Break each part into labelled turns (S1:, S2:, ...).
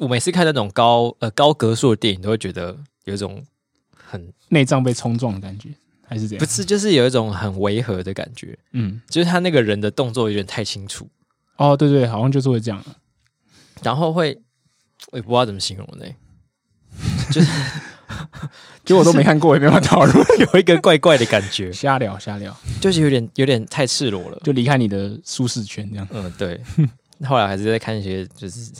S1: 我每次看那种高呃高格数的电影，都会觉得有一种很
S2: 内脏被冲撞的感觉，还是这样？
S1: 不是，就是有一种很违和的感觉，
S2: 嗯，
S1: 就是他那个人的动作有点太清楚，
S2: 哦，对对，好像就是会这样。
S1: 然后会我也不知道怎么形容呢、
S2: 结果我都没看过，也没办法讨论，
S1: 有一个怪怪的感觉，
S2: 瞎聊瞎聊，
S1: 就是有点有点太赤裸了。
S2: 就离开你的舒适圈这样。
S1: 嗯， 对。后来还是在看一些，就是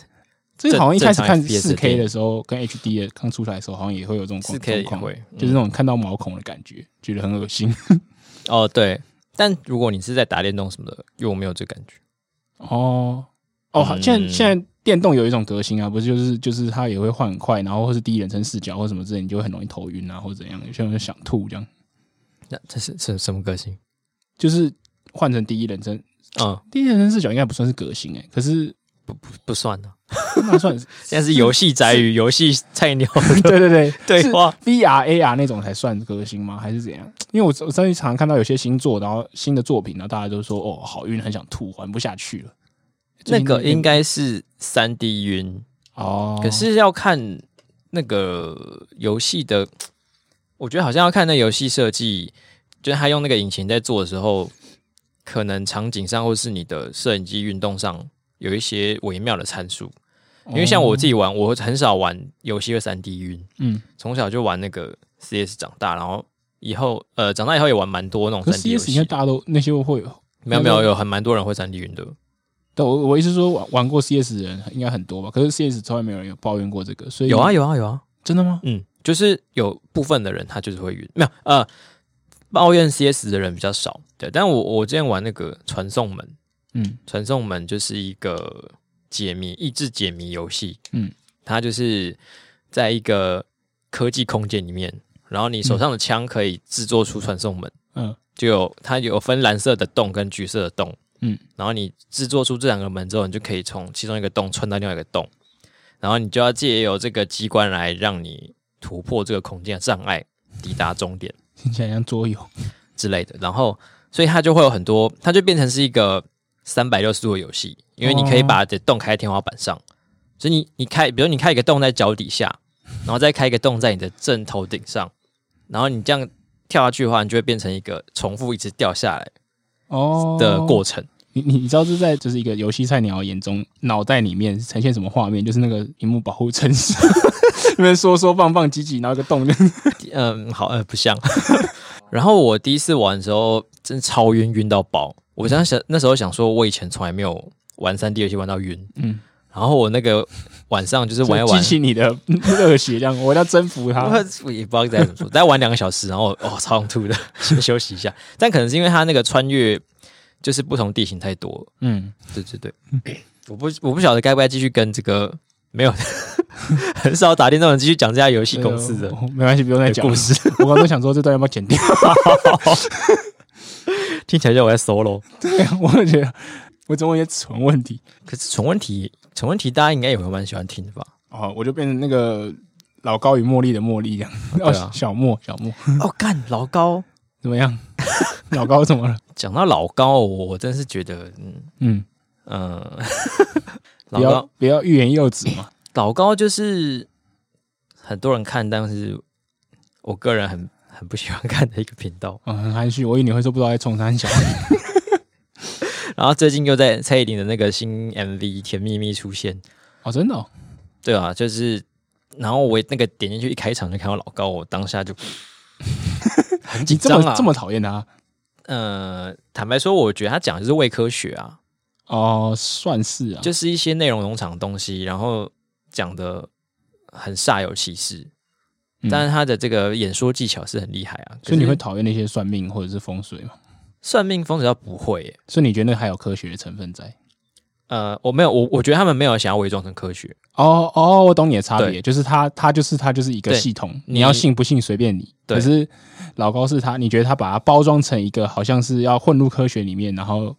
S2: 这好像一开始看
S1: 正常 FPS
S2: 四
S1: 的电
S2: K
S1: 影
S2: 的时候，跟 HD 的刚出来的时候，好像也会嗯有这种
S1: 四
S2: 状
S1: K 也
S2: 况，
S1: 会，
S2: 就是那种看到毛孔的感觉，觉得很恶 心。
S1: 哦，对。但如果你是在打电动什么的，因为我没有这感觉。
S2: 哦哦，好现在
S1: 嗯
S2: 现在电动有一种革新啊，不是就是就是它也会换很快，然后或是第一人称视角或什么之类，你就会很容易头晕啊，或者怎样，有些人就想吐这样，
S1: 那这是什什么个性？
S2: 就是换成第一人称，
S1: 嗯，
S2: 第一人称视角应该不算是革新哎、可是
S1: 不算呢。
S2: 那 算是
S1: 现在是游戏宅 与游戏菜鸟的
S2: 对对对
S1: 对话。
S2: V R A R 那种才算革新吗？还是怎样？因为我我最近常常看到有些新作，然后新的作品，然后大家都说哦好晕，很想吐，玩不下去了。
S1: 那个应
S2: 该
S1: 该是三 D 晕，
S2: 哦，
S1: 可是要看那个游戏的，我觉得好像要看那游戏设计，就是他用那个引擎在做的时候，可能场景上或是你的摄影机运动上有一些微妙的参数。
S2: 哦
S1: 因为像我自己玩，我很少玩游戏会三 D 晕，
S2: 嗯，
S1: 从小就玩那个 CS 长大，然后以后呃长大以后也玩蛮多那种
S2: 可
S1: 三
S2: 是
S1: D 游
S2: CS 应该
S1: 戏。
S2: 大家都那些会
S1: 没有没有，有很蛮多人会三 D 晕的。
S2: 但我我意思是说玩玩过 CS 的人应该很多吧？可是 CS 从来没有人有抱怨过这个，所以
S1: 有啊有啊有啊，
S2: 真的吗？
S1: 嗯，就是有部分的人他就是会晕，没有呃，抱怨 CS 的人比较少。对，但我我之前玩那个传送门，
S2: 嗯
S1: 传送门就是一个解谜益智解谜游戏，
S2: 嗯，
S1: 它就是在一个科技空间里面，然后你手上的枪可以制作出传送门，
S2: 嗯
S1: 就有它有分蓝色的洞跟橘色的洞，
S2: 嗯，
S1: 然后你制作出这两个门之后，你就可以从其中一个洞穿到另外一个洞，然后你就要借由这个机关来让你突破这个空间的障碍，抵达终点
S2: 听起来像桌游
S1: 之类的。然后，所以它就会有很多，它就变成是一个三百六十度的游戏，因为你可以把这洞开在天花板上，所以你你开，比如你开一个洞在脚底下，然后再开一个洞在你的正头顶上，然后你这样跳下去的话，你就会变成一个重复一直掉下来
S2: 哦
S1: 的过程。
S2: 你你你知道这在就是一个游戏菜鸟眼中脑袋里面呈现什么画面？就是那个荧幕保护城市， 那边说说棒棒唧唧，然后一个洞就
S1: 嗯，好，呃，不像。 然后我第一次玩的时候，真的超晕，晕到爆。我
S2: 嗯
S1: 想想，那时候想说，我以前从来没有玩三 D 游戏玩到晕。
S2: 嗯，
S1: 然后我那个晚上就是玩一
S2: 就
S1: 玩
S2: 激，起你的热血，这样我要征服
S1: 我
S2: 它。
S1: 我也不知道该怎么说，大概玩两个小时，然后哦，超想吐的， 先休息一下。但可能是因为它那个穿越就是不同地形太多了，
S2: 嗯，
S1: 对对对，我不我不晓得该不该继续跟这个没有 很少打电动的人继续讲这家游戏公司的
S2: 这个啊没关系，不用再
S1: 的
S2: 讲
S1: 故。事，
S2: 我刚刚想说这段要不要剪掉？
S1: 听起来像我在 solo。
S2: 对啊，我觉得我总有一些蠢问题
S1: 可是纯问题，纯问题大家应该也会蛮喜欢听的吧？
S2: 哦，我就变成那个老高与茉莉的茉莉这样。
S1: 对啊
S2: 哦，小莫，小莫
S1: 哦，干老高，
S2: 怎么样？ 老高怎么了？
S1: 讲到老高，我我真是觉得，嗯
S2: 嗯，
S1: 嗯，老
S2: 不要
S1: 高
S2: 不要欲言又止嘛。
S1: 老高就是很多人看，但是我个人很很不喜欢看的一个频道。
S2: 嗯，很含蓄。我以为你会说不知道在冲三小。
S1: 然后最近又在蔡依林的那个新 MV《甜蜜蜜》出现，
S2: 哦，真的、哦？
S1: 对啊，就是，然后我那个点进去一开场就看到老高，我当下就很
S2: 你
S1: 紧
S2: 这
S1: 张
S2: 么、
S1: 啊。
S2: 这么讨厌他？
S1: 呃，坦白说，我觉得他讲的就是伪科学啊。
S2: 哦，算是啊。
S1: 就是一些内容农场的东西，然后讲的很煞有其事，
S2: 嗯
S1: 但是他的这个演说技巧是很厉害啊。
S2: 所以你
S1: 可
S2: 会
S1: 是
S2: 讨厌那些算命或者是风水嘛？
S1: 算命风水倒不会耶、
S2: 所以你觉得那还有科学的成分在？
S1: 呃，我没有，我我觉得他们没有想要伪装成科学，
S2: 哦哦，我懂你的差别，
S1: 对
S2: 就是他他就是他就是一个
S1: 对
S2: 系统，
S1: 你
S2: 你要信不信随便你。
S1: 对
S2: 可是老高是他，你觉得他把它包装成一个好像是要混入科学里面，然后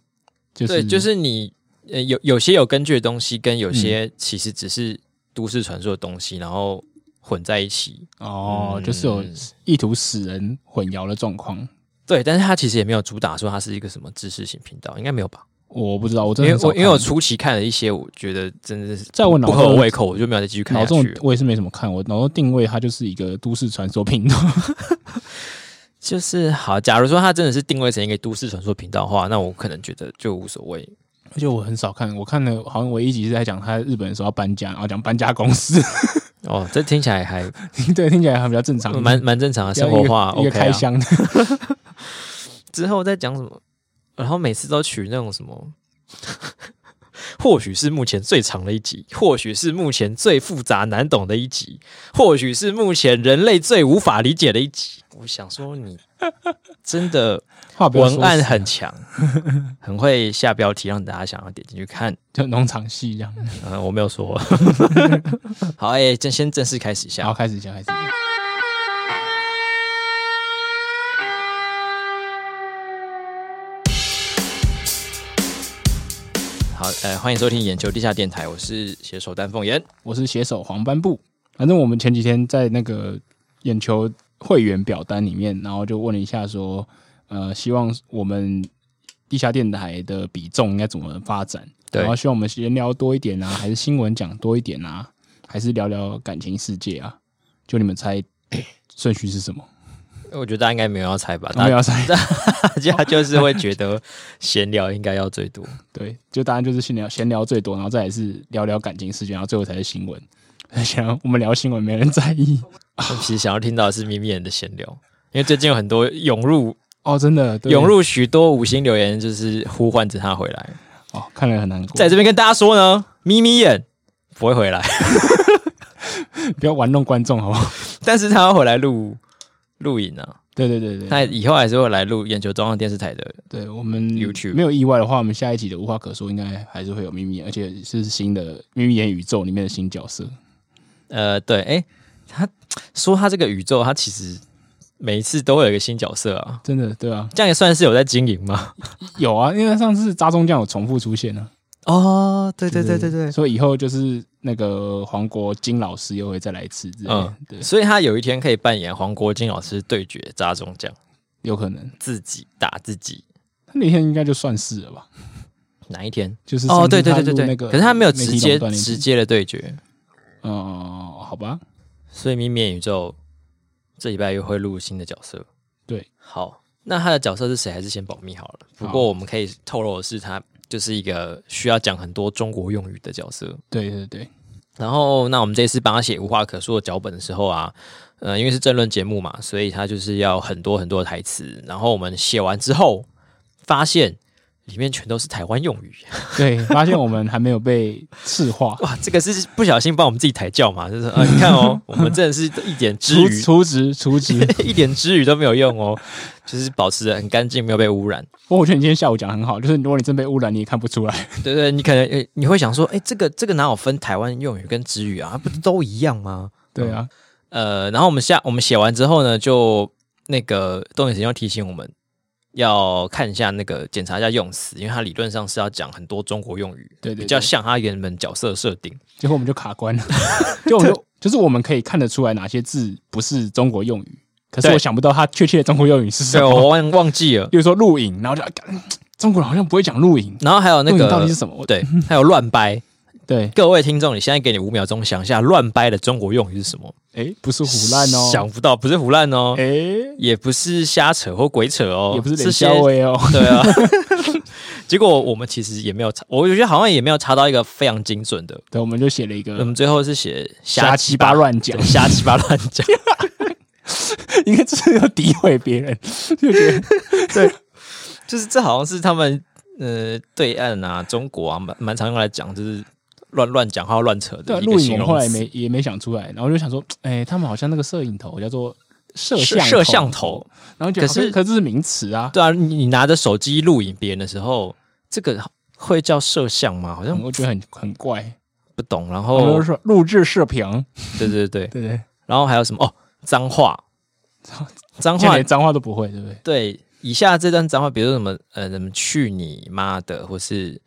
S2: 就是
S1: 对，就是你呃有有些有根据的东西，跟有些
S2: 嗯
S1: 其实只是都市传说的东西，然后混在一起。
S2: 哦，
S1: 嗯
S2: 就是有意图使人混淆的状况。
S1: 对，但是他其实也没有主打说他是一个什么知识型频道，应该没有吧？
S2: 我不知道，我真
S1: 因为
S2: 的很少
S1: 我
S2: 看
S1: 因为我初期看了一些，我觉得真的是
S2: 在我脑
S1: 不合
S2: 中
S1: 我胃口，我就没有再继续看
S2: 脑
S1: 下
S2: 中
S1: 去了。
S2: 我也是没什么看，我脑中定位它就是一个都市传说频道，
S1: 就是好，假如说它真的是定位成一个都市传说频道的话，那我可能觉得就无所谓。
S2: 而且我很少看，我看了好像唯一一集是在讲他日本的时候要搬家，然后讲搬家公司，
S1: 哦，这听起来还
S2: 对，听起来还比较正常，
S1: 蛮蛮正常的
S2: 比较
S1: 生
S2: 一个
S1: 活化。
S2: 一
S1: OK
S2: 个
S1: 啊
S2: 开箱的，
S1: 之后再讲什么，然后每次都取那种什么， 或许是目前最长的一集，或许是目前最复杂难懂的一集，或许是目前人类最无法理解的一集。我想说你真的
S2: 话 不要说啊
S1: 文案很强，很会下标题，让大家想要点进去看。
S2: 就农场戏这样，
S1: 嗯、我没有说。 好，哎、正先正式开始一
S2: 然
S1: 下
S2: 后。开始讲开始讲，
S1: 好，呃，欢迎收听眼球地下电台，我是携手丹凤眼。
S2: 我是写手黄斑布，反正我们前几天在那个眼球会员表单里面，然后就问了一下说，呃，希望我们地下电台的比重应该怎么发展，
S1: 对
S2: 然后希望我们闲聊多一点啊，还是新闻讲多一点啊，还是聊聊感情世界啊？就你们猜 顺序是什么？
S1: 我觉得大家应该没有要猜吧？
S2: 我
S1: 大
S2: 们
S1: 家
S2: 要猜，
S1: 大家就是会觉得闲聊应该要最 多。
S2: 对，就答案就是闲聊，闲聊最多，然后再来是聊聊感情世界，然后最后才是新闻。 想要我们聊新闻，没人在意
S1: 其实想要听到的是咪咪人的闲聊，因为最近有很多涌入
S2: 哦，真的对
S1: 涌入许多五星留言，就是呼唤着他回来。
S2: 哦，看了很难过。
S1: 在这边跟大家说呢，咪咪眼不会回来，
S2: 不要玩弄观众，好不好？
S1: 但是他要回来录录影啊，
S2: 对对对对，
S1: 他以后还是会来录眼球中央电视台的。
S2: 对我们
S1: YouTube
S2: 没有意外的话，我们下一集的无话可说应该还是会有秘密，而且是新的秘密演宇宙里面的新角色。
S1: 呃，对，哎、他说他这个宇宙，他其实每一次都会有一个新角色啊，
S2: 真的对啊，
S1: 这样也算是有在经营吗？
S2: 有啊，因为上次扎中将有重复出现啊。
S1: 哦，对对对对对，
S2: 所以以后就是那个黄国金老师又会再来一次之类的，对，
S1: 嗯所以他有一天可以扮演黄国金老师对决扎中将，
S2: 有可能。
S1: 自己打自己。
S2: 他那天应该就算是了吧，
S1: 哪一天？
S2: 就是
S1: 哦，
S2: 上次
S1: 对对
S2: 他
S1: 对对
S2: 录
S1: 对，
S2: 那个，
S1: 可是他没有直接直
S2: 接，
S1: 接的对决，
S2: 嗯，好吧，
S1: 所以咪面宇宙这礼拜又会录新的角色。
S2: 对，
S1: 好，那他的角色是谁，还是先保密好了。不
S2: 好
S1: 过我们可以透露的是，他就是一个需要讲很多中国用语的角色。
S2: 对对对，
S1: 然后，那我们这次帮他写无话可说的脚本的时候啊，呃，因为是政论节目嘛，所以他就是要很多很多的台词。然后我们写完之后，发现里面全都是台湾用语。，
S2: 对，发现我们还没有被赤化
S1: 哇，这个是不小心帮我们自己抬轿嘛？就是呃，你看哦，我们真的是一点知
S2: 除
S1: 语，
S2: 除职除职。
S1: 一点知语都没有用哦，就是保持的很干净，没有被污染。
S2: 不过我觉得你今天下午讲得很好，就是如果你真被污染，你也看不出来。
S1: 对对，你可能呃你会想说，哎，这个这个哪有分台湾用语跟知语啊？不都一样吗？
S2: 对啊，
S1: 呃，然后我们下我们写完之后呢，就那个动眼神要提醒我们要看一下那个检查一下用词，因为它理论上是要讲很多中国用语，
S2: 对对对
S1: 比较像它原本角色设 定。
S2: 结果我们就卡 关了，就我们就就是我们可以看得出来哪些字不是中国用语，可是
S1: 对
S2: 我想不到它确切的中国用语是什
S1: 对，
S2: 么。
S1: 我忘忘记了。
S2: 比如说录影，然后就、啊干中国人好像不会讲录影，
S1: 然后还有那
S2: 录
S1: 个
S2: 影到底是什么？我
S1: 对，还有乱掰。
S2: 对，
S1: 各位听众，你现在给你五秒钟想一下，乱掰的中国用语是什么？
S2: 哎，不是胡烂哦，
S1: 想不到，不是胡烂哦，
S2: 哎，
S1: 也不是瞎扯或鬼扯哦，
S2: 也不是
S1: 这
S2: 冷
S1: 些
S2: 笑威哦，
S1: 对 啊。结果我们其实也没有查，我觉得好像也没有查到一个非常精准的。
S2: 对，我们就写了一
S1: 我
S2: 个
S1: 们最后是写
S2: 瞎
S1: 嗯鸡
S2: 七嗯八乱讲
S1: 对，瞎鸡巴乱讲。
S2: 应该就是要诋毁别人， 就觉得
S1: 就是这好像是他们呃对岸啊，中国啊，蛮蛮常用来讲，就是乱乱讲话、乱扯
S2: 对啊
S1: 的一
S2: 录
S1: 个
S2: 影，
S1: 形
S2: 我
S1: 容
S2: 们后来
S1: 词
S2: 没也没想出来，然后就想说，哎，他们好像那个摄影头叫做摄
S1: 摄
S2: 像
S1: 摄像头，
S2: 然后就
S1: 可
S2: 好像
S1: 是
S2: 可是这是名词啊，
S1: 对啊，你你拿着手机录影别人的时候，这个会叫摄像吗？好像
S2: 我觉得很很怪。
S1: 不懂。然
S2: 然后
S1: 后
S2: 就，说录制视频，
S1: 对对哦对，
S2: 对对，
S1: 然后还有什么？哦，脏 话，脏
S2: 现在
S1: 话
S2: 连，脏话都不会，对不对？
S1: 对。以下这段脏话，比如说什么呃，什么去你妈的，或是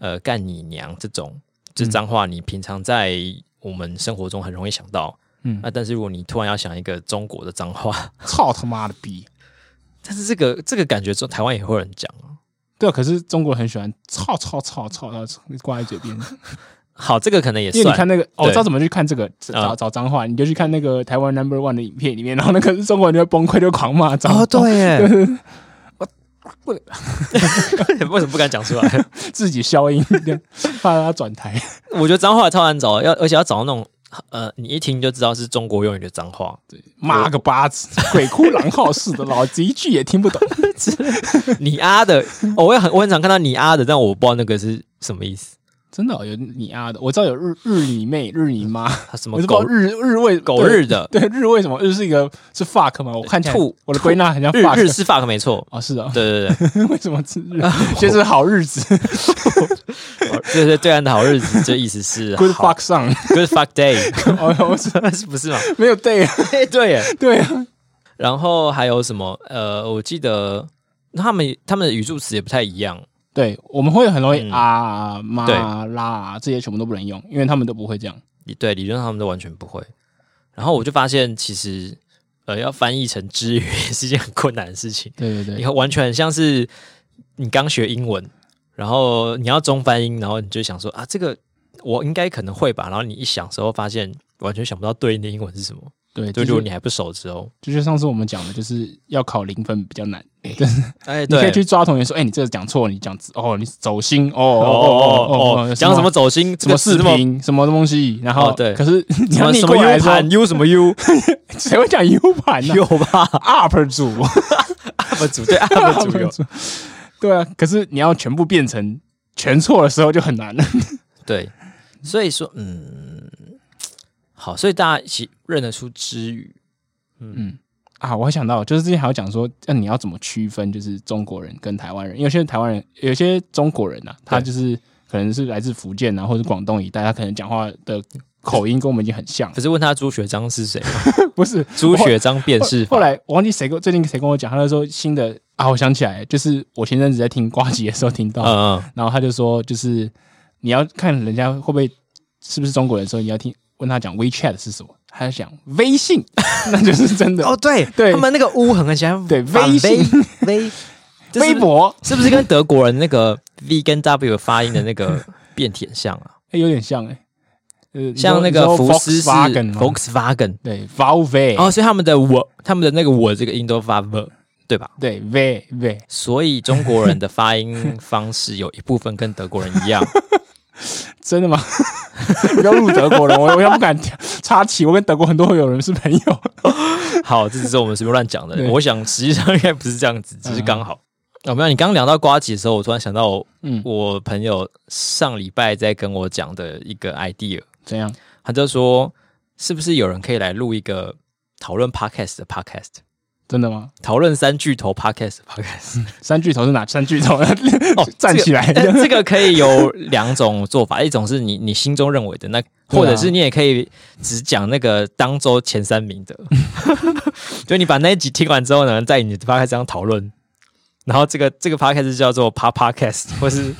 S1: 呃干你娘这种，就是脏话，你平常在我们生活中很容易想到。
S2: 嗯
S1: 啊，但是如果你突然要想一个中国的脏话，
S2: 操他妈的逼！
S1: 但是这个这个感觉，中台湾也会有人讲啊。
S2: 对啊，可是中国人很喜欢操操操操，然后挂在嘴 边。
S1: 好，这个可能也
S2: 因为你看
S1: 算。
S2: 那个，哦，
S1: 对嗯
S2: 知道怎么去看这个找找脏话，你就去看那个台湾 Number One 的影片里面，然后那个中国人就会崩溃，就狂骂脏话。
S1: 哦，对耶，
S2: 不
S1: 为什么不敢讲出来？
S2: 自己消音，这样怕他转台。
S1: 我觉得脏话超难找，要而且要找那种呃，你一听就知道是中国用语的脏话，
S2: 妈个巴子，鬼哭狼嚎似的，老子一句也听不懂。
S1: 你啊的，哦我也很我很常看到你啊的，但我不知道那个是什么意思，
S2: 真的哦、有你啊的，我知道有日日你妹、日你妈，
S1: 它什
S2: 我
S1: 么
S2: 知道
S1: 狗
S2: 日日为
S1: 狗日的
S2: 对日为什么日是一个是 fuck 嘛？我看起来
S1: 兔
S2: 我的归纳很像
S1: 日
S2: fuck
S1: 日是 fuck 没错，
S2: 哦，是啊、
S1: 对对对
S2: 哦，为什么是日？就是好日子
S1: 对，对哦对对岸的好日子，这意思是
S2: ，good
S1: 好
S2: fuck song。
S1: good fuck day，
S2: 哦，我是
S1: 是不是嘛？
S2: 没有对啊，
S1: 对耶，
S2: 对啊，
S1: 然后还有什么？呃，我记得他们他们的语助词也不太一样，
S2: 对，我们会很容易
S1: 嗯
S2: 啊、妈
S1: 对
S2: 啊、啦啊这些全部都不能用，因为他们都不会这样。
S1: 对，理论上他们都完全不会。然后我就发现，其实呃，要翻译成知语 也是一件很困难的事情，
S2: 对对
S1: 你
S2: 对，
S1: 完全像是你刚学英文，然后你要中翻英，然后你就想说啊，这个我应该可能会吧，然后你一想之后发现完全想不到对应的英文是什么，
S2: 对，
S1: 对，
S2: 就
S1: 如果
S2: 是
S1: 你还不熟之后，
S2: 就是上次我们讲的，就是要考零分比较难。
S1: 哎，
S2: 你可
S1: 对。
S2: 以去抓同学说：“哎、你这个讲错，你讲哦，你走心
S1: 哦
S2: 哦
S1: 哦
S2: 哦哦
S1: 哦
S2: 哦
S1: 哦，
S2: 哦，
S1: 讲什么走心，
S2: 什
S1: 这
S2: 么视
S1: 个词
S2: 频什么东西，然后、
S1: 哦对
S2: 可是你
S1: 什
S2: 要
S1: 么
S2: 逆
S1: 什
S2: 过
S1: 么
S2: 来
S1: U
S2: 说，
S1: 盘 U 什么 U
S2: 谁会讲 U 盘呢、
S1: 有吧
S2: UP 主
S1: ？UP 主对 UP 主有
S2: ，UP 主，对啊，可是你要全部变成全错的时候就很难了。
S1: 对，所以说，嗯，好，所以大家一起认得出知语，
S2: 啊，我还想到，就是之前还有讲说，那、你要怎么区分就是中国人跟台湾人？因为有些台湾人，有些中国人啊，他就是可能是来自福建啊，或者广东一带，他可能讲话的口音跟我们已经很像了，
S1: 可是问他朱学章是谁吗，
S2: 不是
S1: 朱学章便
S2: 后
S1: 是
S2: 后来我忘记谁跟最近谁跟我讲，他就说新的啊，我想起来，就是我前阵子在听瓜吉的时候听到，
S1: 嗯嗯，
S2: 然后他就说，就是你要看人家会不会是不是中国人的时候，你要听问他讲 WeChat 是什么，他就讲微信， 那就是真的。
S1: 哦，对，
S2: 对
S1: 他们那个乌很很喜欢
S2: 对
S1: 反
S2: 微信
S1: 微微这是
S2: 微博、
S1: 是不是跟德国人那个 V 跟 W 发音的那 个变体很像啊？
S2: 诶有点像哎、欸，呃，
S1: 像那个福斯是
S2: Volkswagen，
S1: Volkswagen，
S2: 对 v o v
S1: 哦，所以他们的我，他们的那个我这个音都发 v，对吧？
S2: 对 V V，
S1: 所以中国人的发音方式有一部分跟德国人 一样，
S2: 真的吗？ 不要入德国人，我我又不敢 插旗，我跟德国很多友人是朋友。
S1: 好，这只是我们随便乱讲的
S2: 对。嗯
S1: 我想实际上应该不是这样子，只是刚好。哦，没有，你刚刚聊到瓜子的时候，我突然想到我，
S2: 嗯
S1: 我朋友上礼拜在跟我讲的一个 idea，
S2: 怎样？
S1: 他就说，是不是有人可以来录一个讨论 podcast 的 podcast，
S2: 真的吗？
S1: 讨论三巨头 podcast 的 podcast？
S2: 三巨头是哪三巨头？
S1: 哦
S2: 站起来
S1: 这个但这个可以有两种做法， 一种是你你心中认为的那，
S2: 对啊
S1: 或者是你也可以只讲那个当周前三名的， 就你把那一集听完之后呢，在你的 podcast 上讨论。然后这个这个 podcast 叫做 pa podcast 或 是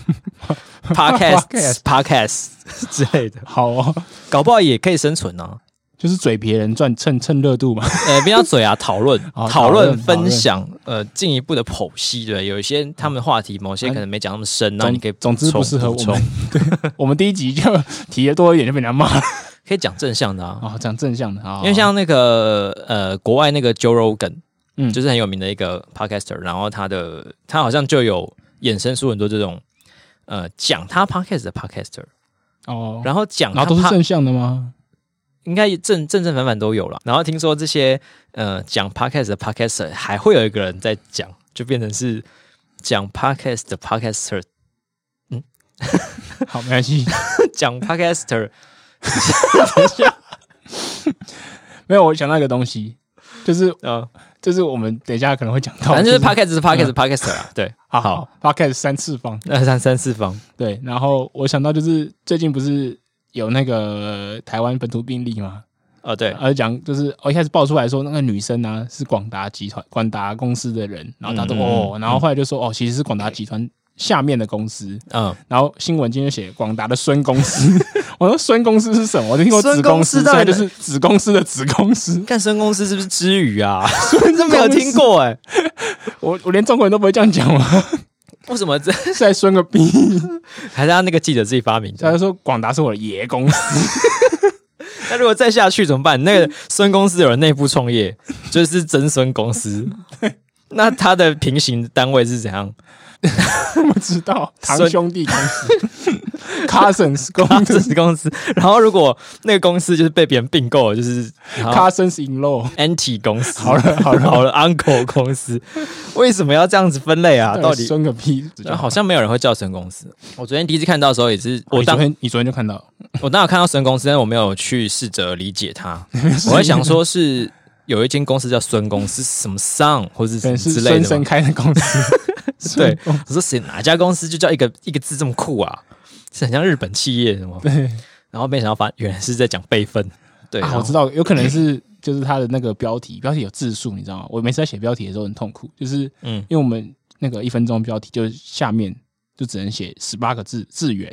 S1: podcast podcast 之类的，
S2: 好哦，
S1: 搞不好也可以生存啊。
S2: 就是嘴别人赚，趁趁热度嘛。
S1: 呃，不要嘴啊，讨论、讨
S2: 哦讨
S1: 论、
S2: 论讨
S1: 分
S2: 论嗯
S1: 享，呃，进一步的剖析，对，有一些他们话题，某些可能没讲那么深，那
S2: 哎总
S1: 你可以
S2: 总之不
S1: 补
S2: 适合
S1: 充
S2: 我
S1: 补充
S2: 们。 对，我们第一集就提的多一点就被人家骂了。
S1: 可以讲正向的啊，
S2: 哦，讲正向的啊，好
S1: 因为像那个呃，国外那个 Joe Rogan，
S2: 嗯
S1: 就是很有名的一个 podcaster，然后他的他好像就有衍生出很多这种呃讲他 podcast 的 podcaster，
S2: 哦，
S1: 然后讲
S2: 然
S1: 他
S2: 后都是
S1: pod-
S2: 正向的吗？
S1: 应该正正正反反都有了。然后听说这些呃讲 podcast 的 podcaster 还会有一个人在讲，就变成是讲 podcast 的 podcaster，
S2: 好，没关系。
S1: 讲 podcaster
S2: 没有，我想到一个东西，就是
S1: 呃，
S2: 就是我们等一下可能会讲到，
S1: 反正就是 podcast 是 podcast
S2: 嗯
S1: podcaster 啊，对，
S2: 好好 podcast 三次方
S1: 那三三四方，
S2: 对。然后我想到就是最近不是有那个台湾本土病例吗？
S1: 哦对，
S2: 而讲就是我、哦、一开始爆出来说那个女生呢、是广达集团广达公司的人，然后他说、
S1: 嗯嗯
S2: 哦，然后后来就说哦其实是广达集团下面的公司，
S1: 嗯，
S2: 然后新闻今天写广达的孙公司， 我说孙公司是什么？我就听过子
S1: 孙公
S2: 公
S1: 司
S2: 司，
S1: 到
S2: 现
S1: 底
S2: 在就是子公司的子公司。
S1: 干深公司是不是 之语啊？真没有听过哎、
S2: 我我连中国人都不会这样讲吗？
S1: 为什么这
S2: 再生个逼！
S1: 还是他那个记者自己发明
S2: 他
S1: 的？
S2: 就说广达是我的爷公司，
S1: 那如果再下去怎么办？那个孙公司有人内部创业，就是真孙公 司。那他的平行单位是怎样？
S2: 不知道堂
S1: 孙
S2: 兄弟公司，Cousins
S1: 他
S2: 公
S1: 这
S2: 司
S1: 是公司。然后如果那个公司就是被别人并购了，就是然后
S2: ，Cousins in law。
S1: anti 公司，
S2: 好了好了，
S1: 好了 uncle 公 司，为什么要这样子分类啊？到底
S2: 生个屁！
S1: 好像没有人会叫孙公司。我昨天第一次看到的时候，也是我
S2: 我昨
S1: 当
S2: 天哦你昨天就看到了，
S1: 我当然看到孙公司，但是我没有去试着理解 它。我在想说是有一间公司叫孙公司，什么上或是
S2: 可
S1: 什么
S2: 能是
S1: 之类
S2: 孙
S1: 的
S2: 生
S1: 嘛。
S2: 开的公司，
S1: 对，我说谁哪家公司就叫一个一个字这么酷啊？是很像日本企业什么？
S2: 对
S1: 然后没想到发原来是在讲备份。对，哦
S2: 啊，
S1: 然
S2: 我
S1: 后
S2: 知道，有可能是就是它的那个标题，标题有字数，你知道吗？我每次在写标题的时候很痛苦，就是
S1: 嗯
S2: 因为我们那个一分钟标题就是下面就只能写十八个字字元，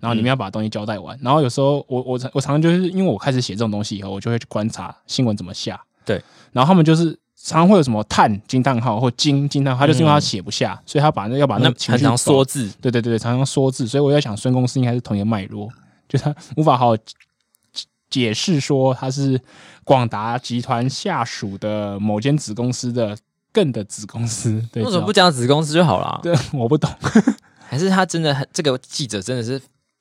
S2: 然后你们要把东西交代完。然后有时候我我常我常常就是因为我开始写这种东西以后，我就会去观察新闻怎么下，
S1: 对，
S2: 然后他们就是常常会有什么叹惊叹号或惊惊叹号，他就是因为他写不下，所以他把那要把那
S1: 嗯那
S2: 个情
S1: 很
S2: 绪
S1: 常
S2: 走
S1: 缩字，
S2: 对对对，对常常缩字，所以我在想孙公司应该是同一个脉络，就他无法好好解解释说他是广达集团下属的某间子公司的更的子公司。对，
S1: 为什么不
S2: 知
S1: 讲子公司就好啦
S2: 道？？对，我不懂。
S1: 还是他真的很这个记者真的是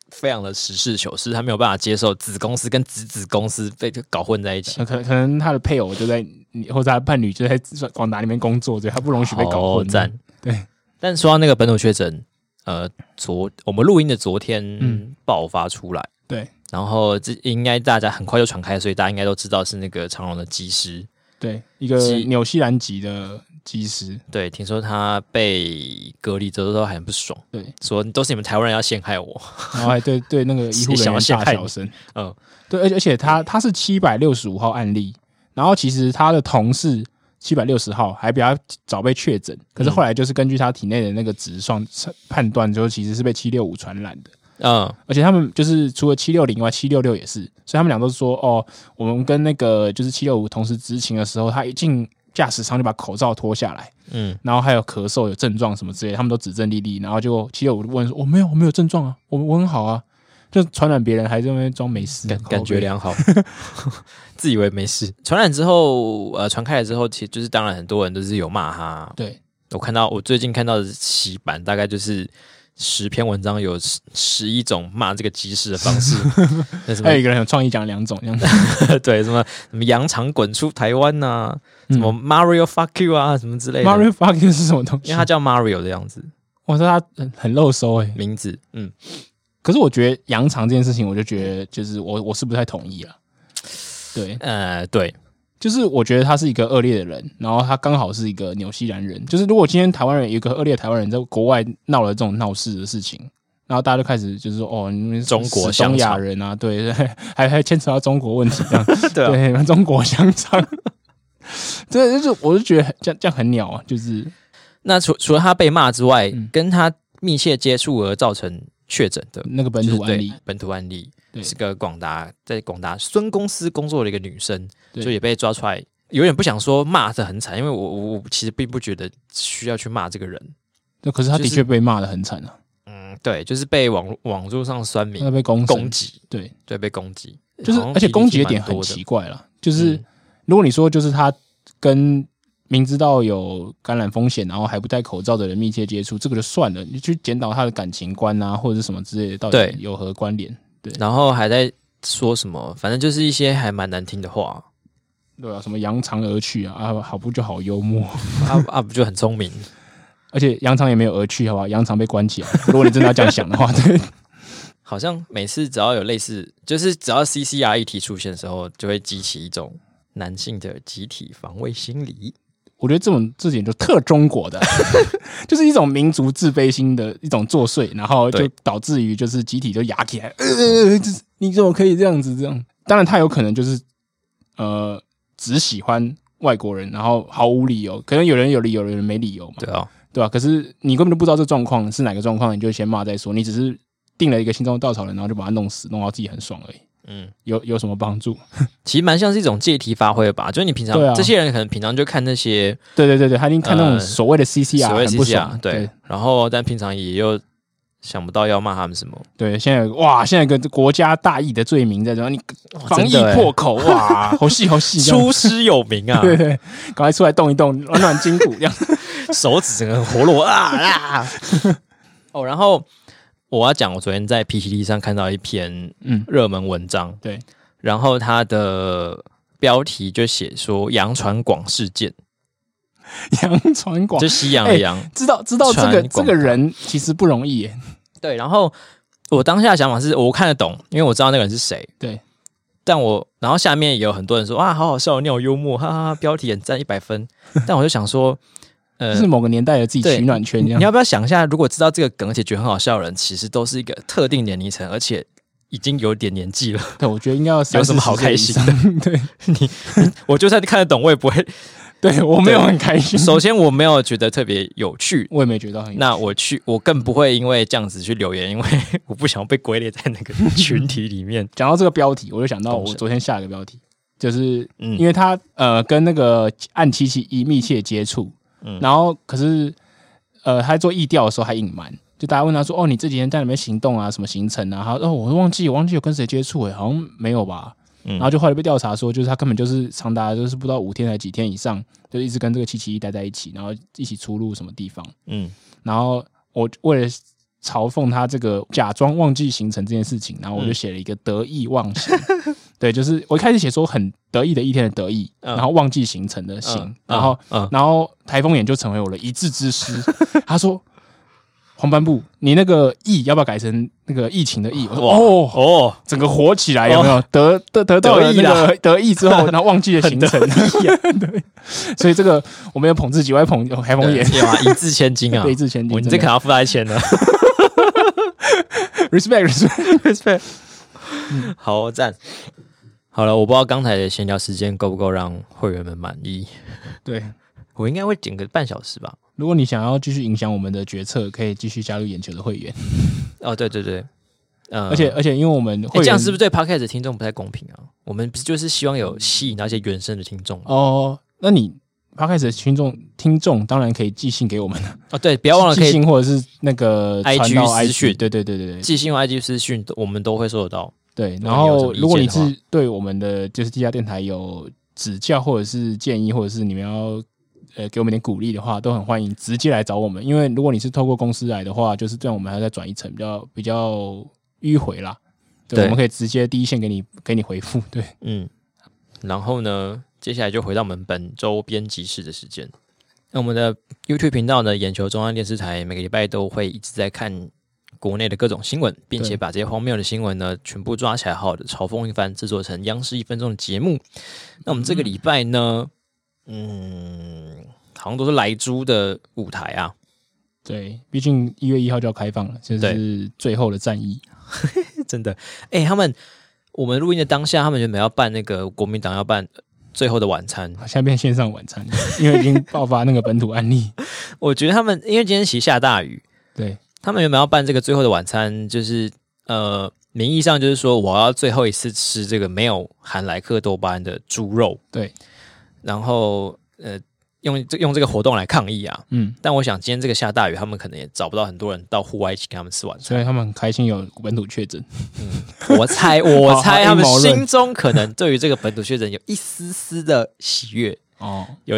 S1: 非常的实事求是，他没有办法接受子公司跟子子公司被搞混在一起。
S2: 可可能他的配偶就在你或者他的伴侣就在广达里面工作，对他不容许被搞
S1: 好
S2: 混。
S1: 赞。
S2: 对，
S1: 但说到那个本土确诊，呃，昨我们录音的昨天
S2: 嗯
S1: 爆发出来，
S2: 对
S1: 然后这应该大家很快就传开，所以大家应该都知道是那个长荣的技师。
S2: 对，一个
S1: 是
S2: 纽西兰籍的技师，
S1: 对，听说他被隔离之后都还很不爽，
S2: 对，
S1: 说都是你们台湾人要陷害我。。
S2: 然后还对对那个医护人员大小声
S1: 嗯，
S2: 对，而且而且他他是七百六十五号案例，然后其实他的同事七百六十号还比他早被确诊，可是
S1: 嗯
S2: 后来就是根据他体内的那个值算判断，就其实是被七六五传染的。
S1: 嗯，
S2: 而且他们就是除了七六零以外，七六六也是，所以他们俩都说哦，我们跟那个就是七六五同时执勤的时候，他一进驾驶舱就把口罩脱下来，
S1: 嗯，
S2: 然后还有咳嗽有症状什么之类的，他们都指证丽丽，然后就七六五问说我、哦没有我没有症状啊，我我很好啊，就传染别人还在那边装没事，
S1: 感
S2: 靠
S1: 感觉
S2: 背
S1: 良好， 自以为没事。传染之后，呃，传开来之后，其实就是当然很多人都是有骂他。
S2: 对，
S1: 我看到我最近看到的洗版，大概就是十篇文章有十十一种骂这个机师的方式，那什么
S2: 还有一个人有创意讲两种这样子，
S1: 对什么什么扬长滚出台湾呐、什么 Mario fuck you 啊，什么之 类的。
S2: 嗯 Mario Fuck 是什么东西？
S1: 因为他叫 Mario 的样子
S2: 我说他很很漏收哎、
S1: 名字，嗯，
S2: 可是我觉得扬长这件事情，我就觉得就是我我是不太同意了。啊对，
S1: 呃，对，
S2: 就是我觉得他是一个恶劣的人，然后他刚好是一个纽西兰人。就是如果今天台湾人有一个恶劣的台湾人在国外闹了这种闹事的事情，然后大家就开始就是说哦，你们是
S1: 中国
S2: 死东
S1: 香
S2: 亚
S1: 肠
S2: 人啊，对， 还还牵扯到中国问题 这样，
S1: 对啊
S2: 对，中国香肠， 这就是我就觉得很这样这样很鸟啊，就是
S1: 那除除了他被骂之外，
S2: 嗯
S1: 跟他密切接触而造成确诊的
S2: 那个本
S1: 就是
S2: 土案
S1: 对
S2: 例，
S1: 本土案例
S2: 对
S1: 是个广达在广达孙公司工作的一个女生，
S2: 对
S1: 就也被抓出来，有点不想说骂的很惨，因为我我我其实并不觉得需要去骂这个人。
S2: 那可是他
S1: 就
S2: 的
S1: 是
S2: 确被骂的很惨啊，
S1: 嗯，对，就是被网网络上酸民
S2: 他被攻
S1: 攻
S2: 攻，
S1: 击，
S2: 对，
S1: 对，被攻击，
S2: 就是
S1: 好像
S2: 而且
S1: PPT
S2: 攻击的点
S1: 蛮多
S2: 很
S1: 的
S2: 奇怪了，就是
S1: 嗯
S2: 如果你说就是他跟明知道有感染风险，然后还不戴口罩的人密切接触，这个就算了，你去检讨他的感情观啊，或者是什么之类的，到
S1: 对
S2: 底有何关联？
S1: 然后还在说什么，反正就是一些还蛮难听的话。
S2: 对啊，什么扬长而去啊，啊，好不就好幽默，
S1: 啊啊，不就很聪明？
S2: 而且扬长也没有而去，好吧，扬长被关起来。如果你真的要这样想的话， 对，
S1: 好像每次只要有类似，就是只要 CCR 议题 E 出现的时候，就会激起一种男性的集体防卫心理。
S2: 我觉得这种这点就特中国的， 就是一种民族自卑心的一种作祟，然后就
S1: 对
S2: 导致于就是集体就压起来，呃，就是你怎么可以这样子这样？当然，他有可能就是呃只喜欢外国人，然后毫无理由，可能有人有理由，有人没理由嘛，
S1: 对啊，
S2: 对吧、可是你根本就不知道这状况是哪个状况，你就先骂再说，你只是定了一个心中的稻草人，然后就把他弄死，弄到自己很爽而已。
S1: 嗯，
S2: 有有什么帮助？
S1: 其实蛮像是一种借题发挥的吧，就是你平常、
S2: 对啊
S1: 这些人可能平常就看那些
S2: 对对对对，他已经看那种
S1: 呃
S2: 所谓的 CCR，、
S1: 所谓
S2: 很不
S1: CCR，、
S2: 爽。
S1: 对，然后但平常也又想不到要骂他们什么，
S2: 对，现在有哇，现在有个国家大义的罪名在这，然后你
S1: 哇
S2: 防
S1: 真
S2: 疫
S1: 的欸
S2: 破口哇， 好细好细，这样
S1: 出师有名啊，
S2: 对对，赶快出来动一动，暖暖筋骨 这样。
S1: 手指整个很活 络啊啊！哦，然后我要讲，我昨天在 PTT 上看到一篇
S2: 嗯
S1: 热门文章，
S2: 对，
S1: 然后它的标题就写说“杨传广事件
S2: 杨传”，广
S1: 就西洋的洋，
S2: 知道知道这
S1: 传
S2: 个
S1: 广
S2: 这个人其实不容易耶，
S1: 对。然后我当下的想法是我看得懂，因为我知道那个人是谁，
S2: 对。
S1: 但我然后下面也有很多人说啊，好好笑，你好幽默，哈哈哈，标题很赞，一百 分。但我就想说，呃，
S2: 是某个年代的自己
S1: 对
S2: 取暖圈这
S1: 你
S2: 样
S1: 你。要不要想一下，如果知道这个梗而且觉得很好笑的人，其实都是一个特定年龄层，而且已经有点年纪了。
S2: 对，我觉得应该要
S1: 有什么好开心
S2: 的？ 对
S1: 我就算看得懂，我也不 会。
S2: 对，我没有很 开心，
S1: 首先，我没有觉得特别有趣。
S2: 我也没觉得很。
S1: 那我去，我更不会因为这样子去留言，因为我不想被归类在那个群体里 面。
S2: 讲到这个标题，我就想到
S1: 懂
S2: 我
S1: 事
S2: 昨天下一个标题，就是
S1: 嗯
S2: 因为他呃跟那个暗七七一密切接触，
S1: 嗯
S2: 然后可是呃他在做意调的时候还隐瞒，就大家问他说：“哦，你这几天在哪边行动啊？什么行程啊？”他说：“哦，我都忘记，我忘记有跟谁接触，哎，好像没有吧。”
S1: 嗯
S2: 然后就后来被调查说，就是他根本就是长达就是不知道五天还几天以上，就一直跟这个七七一待在一起，然后一起出入什么地方。
S1: 嗯，
S2: 然后我为了嘲讽他这个假装忘记行程这件事情，然后我就写了一个得意忘 形。对，就是我一开始写说很得意的一天的得意，
S1: 嗯
S2: 然后忘记行程的行，
S1: 嗯
S2: 然后、
S1: 嗯
S2: 然后台风眼就成为我的一字 之师。他说。黄斑部，你那个“疫”要不要改成那个疫情的“疫”？我说
S1: 哇
S2: 哦，
S1: 哦，
S2: 整个火起来有没有？得得得到了
S1: 得意
S2: 那
S1: 啦
S2: 个得意之后， 然后忘记了行 程，对，所以这个我们要捧自己，我要捧海风眼，
S1: 对啊，一掷千金啊！
S2: 对，字前
S1: 我
S2: 景，
S1: 你这可能要付他一千了。
S2: respect respect respect，
S1: 好赞。好了，我不知道刚才的闲聊时间够不够让会员们满意，
S2: 对。
S1: 我应该会剪个半小时吧。
S2: 如果你想要继续影响我们的决策，可以继续加入眼球的会员，
S1: 哦，对对对，嗯，
S2: 而且而且因为我们
S1: 欸
S2: 会员
S1: 这样是不是对 podcast 的听众不太公平啊？我们不是就是希望有吸引到一些原生的听众吗？
S2: 哦，那你 p 开始 a 听众听众当然可以寄信给我们，
S1: 哦，对，不要忘了可
S2: 寄
S1: 以
S2: 信或者是那个
S1: IG
S2: 传到
S1: 私讯
S2: 对对对对对
S1: 寄信用 IG 私讯，我们都会收得到。
S2: 对。
S1: 如
S2: 然
S1: 果
S2: 后
S1: 你有什么意见的话
S2: 如果你是对我们的就是地下电台有指教或者是建议，或者是你们要。呃，给我们点鼓励的话，都很欢迎直接来找我们。因为如果你是透过公司来的话，就是这样，我们还要再转一层，比较比较迂回啦。对，
S1: 对
S2: 我们可以直接第一线给你给你回复。对，
S1: 嗯，然后呢，接下来就回到我们本周编辑室的时间。那我们的 YouTube 频道呢，眼球中央电视台每个礼拜都会一直在看国内的各种新闻，并且
S2: 对
S1: 把这些荒谬的新闻呢全部抓起来，好好的嘲讽一番，制作成央视一分钟的节目。那我们这个礼拜呢，嗯，好像都是莱猪的舞台啊，
S2: 对，毕竟一月一号就要开放了，这是最后的战役。
S1: 真的，哎、他们我们录音的当下，他们原本要办那个国民党要办呃最后的晚餐，
S2: 现在变线上晚餐，因为已经爆发那个本土案例。
S1: 我觉得他们因为今天其实下大雨，
S2: 对，
S1: 他们原本要办这个最后的晚餐，就是呃，名义上就是说我要最后一次吃这个没有含莱克多巴胺的猪肉，
S2: 对，
S1: 然后呃，用这用这个活动来抗议啊。
S2: 嗯，
S1: 但我想今天这个下大雨，他们可能也找不到很多人到户外一起跟他们吃晚餐。
S2: 所以他们很开心有本土确诊。
S1: 我 猜，我猜他
S2: 好
S1: 们
S2: 阴谋论
S1: 心中可能对于这个本土确诊有一丝丝的喜悦。
S2: 哦，
S1: 有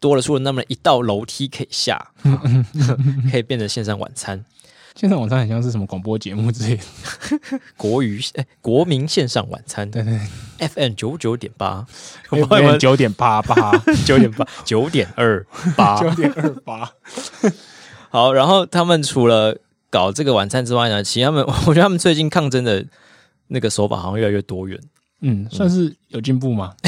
S1: 多了出了那么一道楼梯可以 下，可以变成线上晚餐，
S2: 线上晚餐很像是什么广播节目之类 的。
S1: 国语、哎国民线上晚餐
S2: 对对
S1: FM 九九点八，我
S2: 对，
S1: 不知道有没有
S2: 九点八八，
S1: 九点八 九点二八。
S2: 九点二八。
S1: 好，然后他们除了搞这个晚餐之外呢，其实他们 我觉得他们最近抗争的那个手法好像越来越多元，
S2: 嗯，算是有进步吗？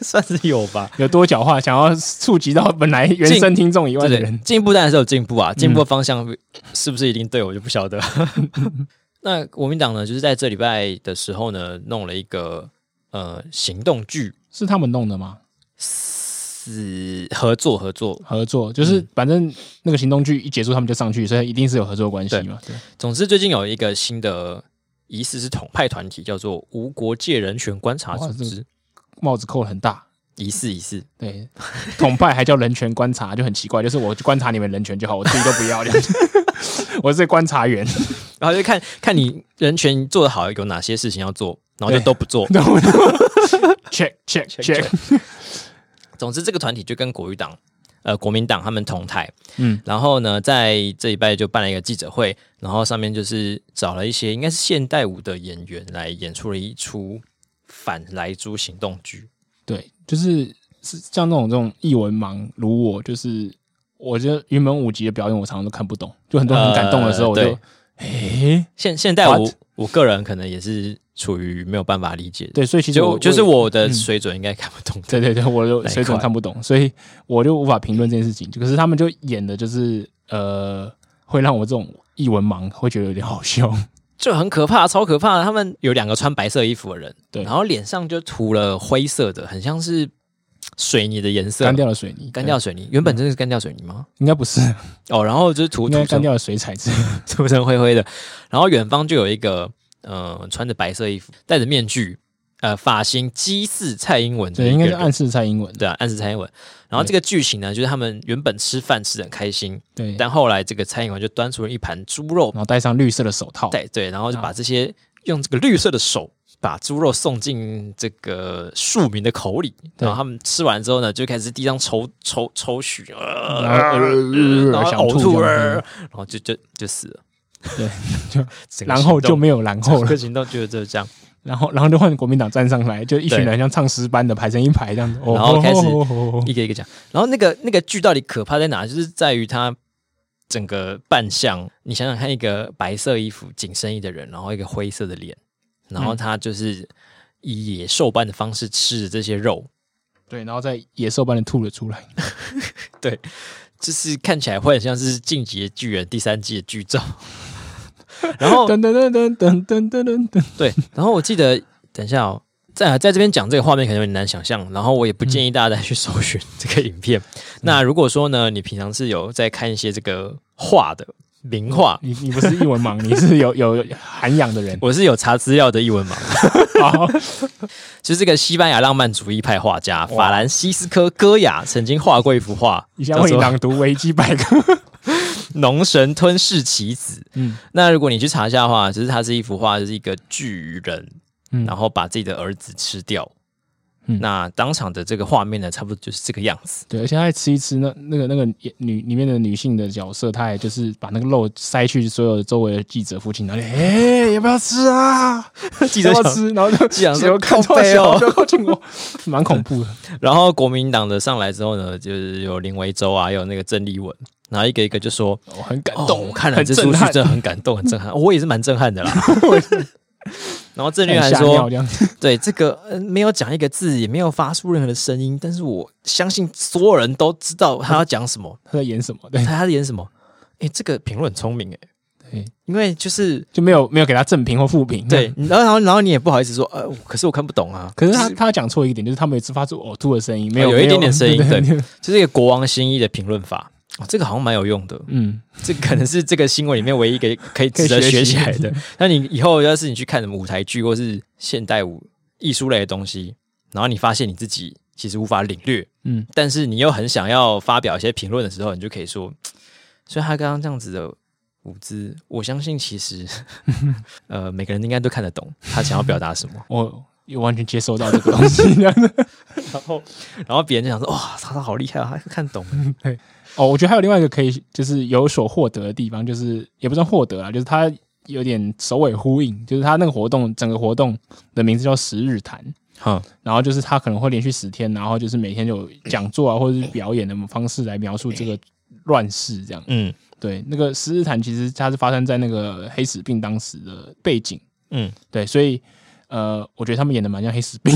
S1: 算是有吧。
S2: 有多角化，想要触及到本来原生听众以外
S1: 对
S2: 的
S1: 对，
S2: 人。嗯
S1: 进步当然是有进步啊，进步的方向是不是一定对我就不晓 得。那国民党呢，就是在这礼拜的时候呢，弄了一个呃行动剧，
S2: 是他们弄的吗？
S1: 是合作合作。
S2: 合作就是，反正那个行动剧一结束，他们就上去，所以一定是有合作关系嘛。对，
S1: 总之，最近有一个新的疑似是统派团体，叫做无国界人权观察
S2: 哇
S1: 组
S2: 这个
S1: 织，
S2: 帽子扣得很大。
S1: 疑似疑似。
S2: 对，统派还叫人权观察，就很奇怪。 就是我去观察你们人权就好，我自己都不要这样 子我是观察员，
S1: 然后就看看你人权做得好，有哪些事情要做，然后就
S2: 对
S1: 都不做。
S2: 那 我 check check
S1: Check,
S2: check，
S1: 总之，这个团体就跟国语党、呃国民党他们同台。
S2: 嗯，
S1: 然后呢，在这一拜就办了一个记者会，然后上面就是找了一些应该是现代舞的演员来演出了一出反莱猪行动剧。
S2: 对，就是是像那种这种译文盲，如我，就是我觉得云门舞集的表演，我常常都看不懂，就很多人很感动的时候，我就
S1: 呃对
S2: 诶、
S1: 现现代舞
S2: What？
S1: 我个人可能也是处于没有办法理解的，
S2: 对，所以其实
S1: 就
S2: 我
S1: 就是
S2: 我嗯
S1: 我的水准应该看不懂的。
S2: 对对对，我就
S1: 哪一
S2: 水准
S1: 块
S2: 看不懂，所以我就无法评论这件事情。可是他们就演的，就是呃，会让我这种译文盲会觉得有点 好笑。
S1: 就很可怕，超可怕的。他们有两个穿白色衣服的人，
S2: 对
S1: 然后脸上就涂了灰色的，很像是水泥的颜色，
S2: 干掉了水
S1: 啊
S2: 泥，
S1: 干掉水泥。原本真的是干掉水泥吗？
S2: 应该不是，
S1: 哦，然后就是涂
S2: 应
S1: 涂成
S2: 该干掉了水彩之类的。
S1: 涂成灰灰的。然后远方就有一个呃，穿着白色衣服，戴着面具，呃，发型激似蔡英文的
S2: 对，
S1: 一
S2: 应
S1: 个
S2: 该是
S1: 人
S2: 暗。示蔡英文。
S1: 对啊，暗示蔡英文。然后这个剧情呢，就是他们原本吃饭吃的很开心，
S2: 对，然
S1: 但后来这个蔡英文就端出了一盘猪肉
S2: 后戴上绿色的手套。
S1: 对对，然后
S2: 啊
S1: 就把这些用这个绿色的手把猪肉送进这个庶民的口里，
S2: 对
S1: 然后他们吃完之后呢，就开始地上抽抽抽血，呃
S2: 然后呃呃
S1: 然后
S2: 想
S1: 呕吐，
S2: 吐这样
S1: 呃
S2: 嗯
S1: 然后就就就死了。
S2: 对，
S1: 就
S2: 然后就没有然后
S1: 整
S2: 了
S1: 个，行动就是就是这样，
S2: 然后然后就换国民党站上来，就一群人像唱诗班的排成一排这样子，哦
S1: 然后开始
S2: 哦哦哦哦
S1: 一个一个讲。然后那个那个剧到底可怕在哪？就是在于它整个扮相，你想想看，一个白色衣服紧身衣的人，然后一个灰色的脸，然后他就是以野兽般的方式吃着这些肉，
S2: 对，然后再野兽般的吐了出来。
S1: 就是看起来会很像是《进击的巨人》第三季的剧照。 然后
S2: 噔噔噔噔噔噔噔噔噔，
S1: 对，然后我记得，等一下哦，在在这边讲这个画面可能有点难想象，然后我也不建议大家再去搜寻这个影片。那如果说呢，你平常是有在看一些这个画的名画，
S2: 你你不是一 文盲，你是有有涵养的人。
S1: 我是有查资料的译文盲，
S2: 好，
S1: 就是这个西班牙浪漫主义派画家
S2: 哇
S1: 法兰西斯科·戈雅曾经画过一幅画，
S2: 你先为你
S1: 叫做
S2: 朗读维基百科。
S1: 农神吞噬棋子。
S2: 嗯
S1: 那如果你去查一下的话，其实它是一幅画，就是一个巨人，
S2: 嗯
S1: 然后把自己的儿子吃掉。
S2: 嗯
S1: 那当场的这个画面呢，差不多就是这个样子。
S2: 对，而且他还吃一吃那那个那个女里面的女性的角色，她也就是把那个肉塞去所有周围的记者附近，然后就哎、要不要吃啊？
S1: 记
S2: 要不要吃？然后就
S1: 记者想
S2: 记者
S1: 说
S2: 看
S1: 靠
S2: 错
S1: 背哦
S2: 小，不要靠近我，蛮恐怖的。
S1: 然后国民党的上来之后呢，就是有林维洲啊，有那个郑丽文，然后一个一个就说
S2: 我很感：“
S1: 哦，
S2: 动，
S1: 我看了
S2: 很
S1: 这出
S2: 震
S1: 剧，
S2: 撼，
S1: 真的很感动，很震 撼。我也是蛮震撼的啦。”然后 郑丽文还
S2: 吓
S1: 说
S2: 尿这样，：“
S1: 对，这个、呃、没有讲一个字，也没有发出任何的声音，但是我相信所有人都知道他要讲什么，
S2: 他在演什么？对
S1: 他他在演什么。”诶，哎这个评论很聪明诶，
S2: 对，
S1: 因为就是
S2: 就没有没有给他正评或负评。
S1: 对，，然后然后然后你也不好意思说，呃，可是我看不懂啊。
S2: 可是他
S1: 就
S2: 他讲错一个点，就是他们有次发出呕吐的声音，没有
S1: 有一点点声音
S2: 没有
S1: 对
S2: 对
S1: 就是一个国王新一的评论法。哦，这个好像蛮有用的，
S2: 嗯，
S1: 这个可能是这个新闻里面唯一一个可以
S2: 可以
S1: 值得学
S2: 学习
S1: 起来的。那你以后要是你去看什么舞台剧或是现代舞艺术类的东西，然后你发现你自己其实无法领略，
S2: 嗯，
S1: 但是你又很想要发表一些评论的时候，你就可以说，所以他刚刚这样子的舞姿，我相信其实 呃每个人应该都看得懂他想要表达什么。
S2: 我也完全接收到这个东西。这样子
S1: 然后然后别人就想说，哇，他他好厉害啊，他看懂了。
S2: 哦，我觉得还有另外一个可以就是有所获得的地方，就是也不算获得啊，就是他有点首尾呼应，就是他那个活动整个活动的名字叫十日谈，
S1: 哈、
S2: 然后就是他可能会连续十天，然后就是每天有讲座啊或者是表演的方式来描述这个乱世这样。
S1: 嗯，
S2: 对，那个十日谈其实它是发生在那个黑死病当时的背景。
S1: 嗯，
S2: 对，所以呃，我觉得他们演的 蛮像黑死病，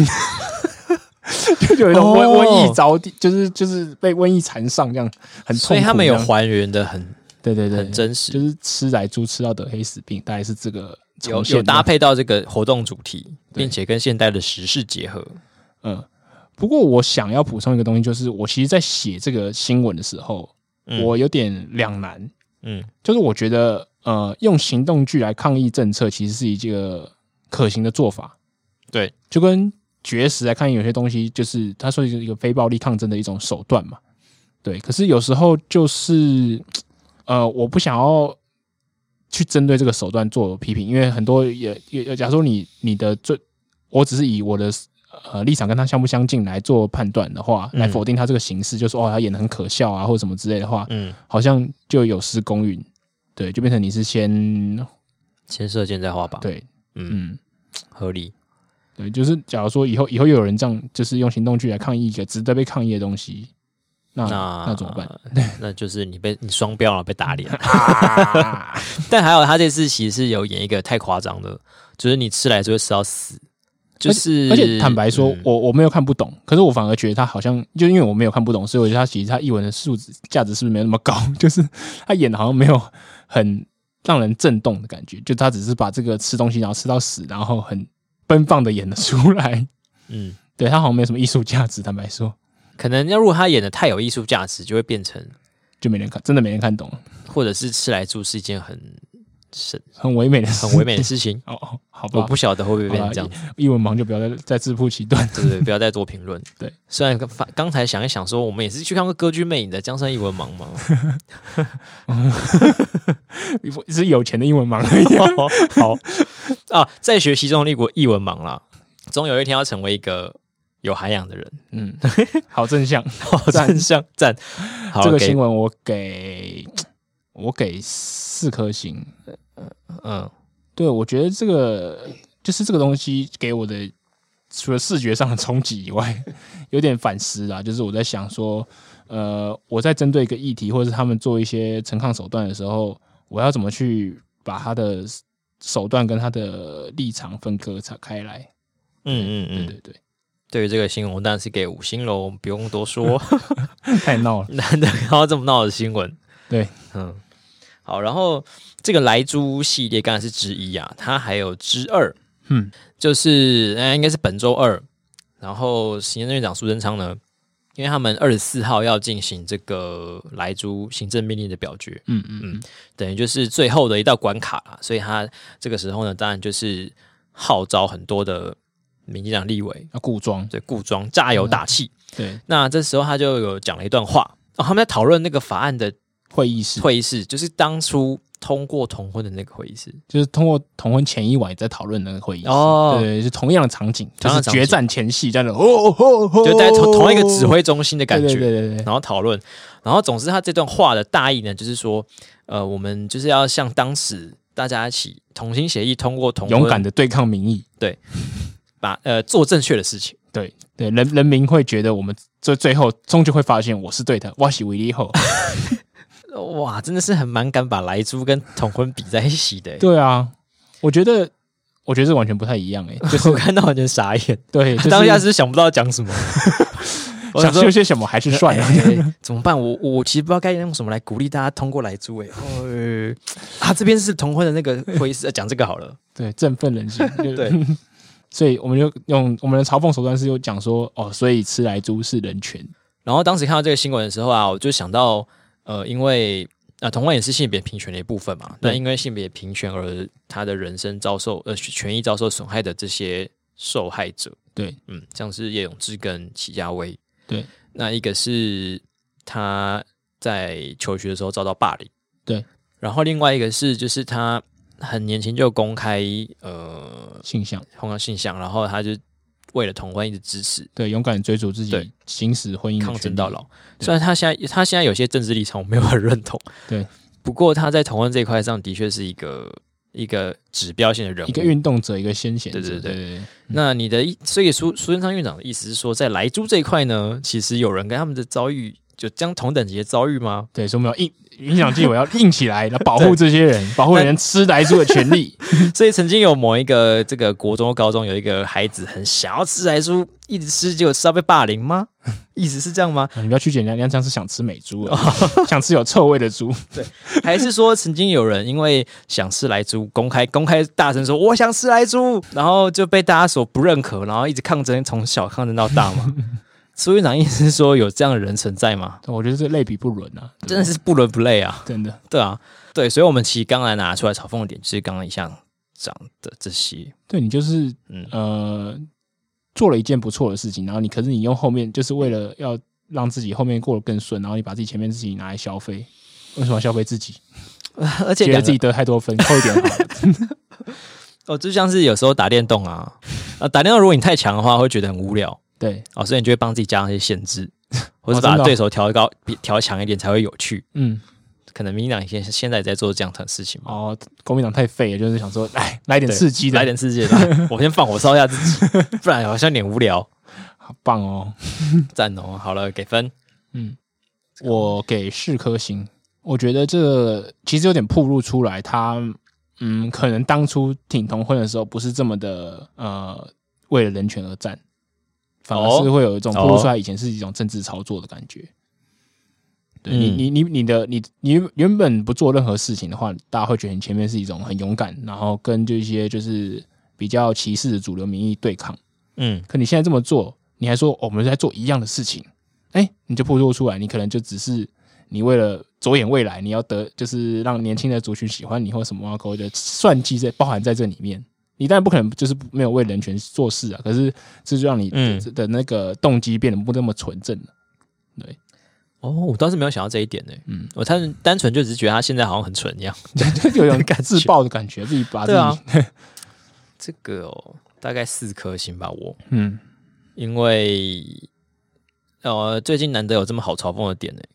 S2: 就有一种瘟
S1: 哦
S2: 瘟疫着地，就是就是被瘟疫缠上这样，很痛苦这样。
S1: 所以他们有还原的很
S2: 对对对，
S1: 很真实，
S2: 就是吃来猪吃到得黑死病，大概是这个
S1: 有
S2: 重现
S1: 有
S2: 的
S1: 搭配到这个活动主题，
S2: 对
S1: 并且跟现代的时事结合。
S2: 嗯。不过我想要补充一个东西，就是我其实，在写这个新闻的时候，
S1: 嗯
S2: 我有点两难，
S1: 嗯
S2: 就是我觉得，呃，用行动剧来抗议政策，其实是一个可行的做法。
S1: 对，
S2: 就跟绝食来看，有些东西就是它说是一个非暴力抗争的一种手段嘛。对，可是有时候就是，呃，我不想要去针对这个手段做批评，因为很多也也，假如说你你的最，我只是以我的呃立场跟他相不相近来做判断的话，来
S1: 嗯
S2: 否定他这个形式，就说哦他演的很可笑啊，或者什么之类的话，
S1: 嗯，
S2: 好像就有失公允。对，就变成你是先
S1: 先射箭再画靶，，
S2: 对，
S1: 嗯，
S2: 嗯，
S1: 合理，
S2: 对，就是假如说以后以后又有人这样，就是用行动去来抗议一个值得被抗议的东西，啊那
S1: 那呃
S2: 怎么办？？
S1: 那就是你被你双标了，被打脸。
S2: 啊
S1: 但还有他这次其实是有演一个太夸张的，就是你吃来就会吃到死，就是
S2: 而且坦白说，
S1: 嗯
S2: 我我没有看不懂，可是我反而觉得他好像就因为我没有看不懂，所以我觉得他其实他译文的素质价值是不是没有那么高？ 就是他演的好像没有很让人震动的感觉，就他只是把这个吃东西然后吃到死，然后很奔放的演了出来。
S1: 嗯，
S2: 对他好像没有什么艺术价值，坦白说，
S1: 可能要如果他演的太有艺术价值，就会变成
S2: 就没人看，真的没人看懂，
S1: 或者是吃来住是一件很神
S2: 很唯美的，。
S1: 很唯美的。事情
S2: 哦哦，好吧，
S1: 我不晓得会不会变成这样子，
S2: 一文盲就不要再再自曝其短。
S1: 对不对？不要再多评论。
S2: 对，
S1: 虽然刚刚才想一想说，我们也是去看过《歌剧魅影》的江山一文盲嘛，
S2: 是有钱的英文盲而已、
S1: 好 啊，在学习中立国译文盲啦，总有一天要成为一个有涵养的人。
S2: 嗯， 好正向。
S1: 好
S2: 赞
S1: 正向赞，好
S2: 这个
S1: 给
S2: 新闻我给我给四颗星。呃
S1: 嗯
S2: 对，我觉得这个就是这个东西给我的，除了视觉上的冲击以外， 有点反思啊。就是我在想说，呃，我在针对一个议题，或者是他们做一些陈抗手段的时候，我要怎么去把他的手段跟他的立场分割拆开来？
S1: 嗯
S2: 对
S1: 嗯嗯，
S2: 对对，
S1: 对于这个新闻，我当然是给五星喽，我们不用多说，
S2: 太闹了。
S1: 难得看到这么闹的新闻。
S2: 对，
S1: 嗯，好，然后这个莱猪系列当然是之一啊，它还有之二，
S2: 嗯，
S1: 就是呃应该是本周二，然后行政院长苏贞昌呢，因为他们二十四号要进行这个莱猪行政命令的表决，
S2: 嗯嗯嗯，
S1: 等于就是最后的一道关卡啦，所以他这个时候呢，当然就是号召很多的民进党立委
S2: 要固装。
S1: 对故装加油打气。
S2: 对，
S1: 那这时候他就有讲了一段话，哦，他们在讨论那个法案的
S2: 会议室
S1: 会议室，就是当初通过同婚的那个会议室。
S2: 就是通过同婚前一晚在讨论那个会议室，
S1: 哦
S2: 对，是同样的场景，就
S1: 同样的
S2: 是
S1: 场景
S2: 决战前夕在那，哦哦哦，
S1: 就在同同一个指挥中心的感觉，
S2: 对对对对对，
S1: 然后讨论，然后总之他这段话的大意呢，就是说，呃，我们就是要向当时大家一起同心协力通过同婚，
S2: 勇敢的对抗民意，
S1: 把呃做正确的事情。
S2: 对对，人人民会觉得我们最最后终究会发现我是对的，哇西维 利后，
S1: 哇，真的是很蛮敢把莱猪跟同婚比在一起的欸。
S2: 对啊，我觉得我觉得这完全不太一样哎、欸，就是
S1: 我看到完全傻眼，
S2: 对，就是
S1: 当下是想不到讲 什么，我
S2: 想
S1: 说
S2: 说些什么还是算 了，
S1: 哎哎哎怎么办？我我其实不知道该用什么来鼓励大家通过莱猪哎。哦啊，这边是同婚的那个会议室，呃讲这个好了。
S2: 对，振奋人心，就
S1: 对。
S2: 所以我们就用我们的嘲讽手段是有讲说哦，所以吃来猪是人权，
S1: 然后当时看到这个新闻的时候啊，我就想到，呃，因为啊，同婚也是性别平权的一部分嘛，
S2: 对
S1: 但因为性别平权而他的人生遭受呃权益遭受损害的这些受害者，
S2: 对，
S1: 嗯，像是叶永志跟齐家威，
S2: 对，
S1: 那一个是他在求学的时候遭到霸凌，
S2: 对，
S1: 然后另外一个是就是他很年轻就公开呃
S2: 性向。
S1: 同性倾向，然后他就为了同婚一直支持
S2: 对，勇敢追逐自
S1: 对
S2: 己行使婚姻的
S1: 抗
S2: 权
S1: 争
S2: 利
S1: 到老。虽然他现在他现在有些政治立场我没有很认同，
S2: 对，
S1: 不过他在同婚这一块上的确是一个一个指标性的人物。
S2: 一个运动者，一个先贤者。
S1: 对对对
S2: 对对，
S1: 那你的意所以苏苏贞昌院长的意思是说，在莱猪这一块呢，其实有人跟他们的遭遇就将同等级的遭遇吗？
S2: 对，所以我们要硬影响纪委要硬起来，来保护这些人，保护人吃来猪的权利。
S1: 所以曾经有某一个这个国中、高中有一个孩子很想要吃莱猪，一直吃，结果吃到被霸凌吗？ 意思是这样吗？
S2: 啊你不要去捡人家，人家这样是想吃美猪 啊，想吃有臭味的猪。
S1: 还是说曾经有人因为想吃莱猪，公开公开大声说我想 吃莱猪，然后就被大家所不认可，然后一直抗争，从小抗争到大嘛？苏院长意思是说有这样的人存在吗？
S2: 我觉得这类比不伦啊，
S1: 真的是不伦不类啊！
S2: 真的，
S1: 对啊，对，所以我们其实刚才拿出来嘲讽的点，就是刚刚一项讲的这些，
S2: 对你就是
S1: 嗯，
S2: 呃，做了一件不错的事情，然后你可是你用后面就是为了要让自己后面过得更顺，然后你把自己前面自己拿来消费，为什么要消费自己？
S1: 而且
S2: 觉
S1: 两
S2: 得
S1: 个
S2: 自己得太多分，扣一点好了。
S1: 哦，就像是有时候打电动啊，啊，打电动如果你太强的话，会觉得很无聊
S2: 对，
S1: 哦，所以你就会帮自己加上一些限制，或者
S2: 真
S1: 把
S2: 的哦
S1: 对手调高、比调强一点才会有趣。
S2: 嗯，
S1: 可能民进党现现在也在做这样的事情嘛，
S2: 哦，国民党太废了，就是想说，哎，来点
S1: 对
S2: 刺激的，
S1: 来点刺激吧，我先放火烧一下自己， 不然好像有点无聊。
S2: 好棒哦。
S1: 赞哦，好了，给分。
S2: 我给四颗星，我觉得这其实有点暴露出来，他嗯，可能当初挺同婚的时候不是这么的呃，为了人权而战，反而是会有一种
S1: 哦
S2: 暴露出来以前是一种政治操作的感觉。对你，
S1: 嗯
S2: 你，你，你的，你，你原本不做任何事情的话，大家会觉得你前面是一种很勇敢，然后跟这些就是比较歧视的主流民意对抗。
S1: 嗯，
S2: 可你现在这么做，你还说、哦我们在做一样的事情，哎、你就暴露出来，你可能就只是你为了着眼未来，你要得就是让年轻的族群喜欢你或什么啊，我觉得算计在包含在这里面。你当然不可能就是没有为人权做事啊，可是这就让你
S1: 嗯
S2: 的的那个动机变得不那么纯正了。
S1: 哦，我倒是没有想到这一点呢。嗯，我单单纯就只是觉得他现在好像很蠢一样。
S2: 就有 一种感自爆的感觉，自己把自
S1: 对
S2: 己、
S1: 啊，这个哦，大概四颗星吧，我
S2: 嗯，
S1: 因为呃，最近难得有这么好嘲讽的点呢。欸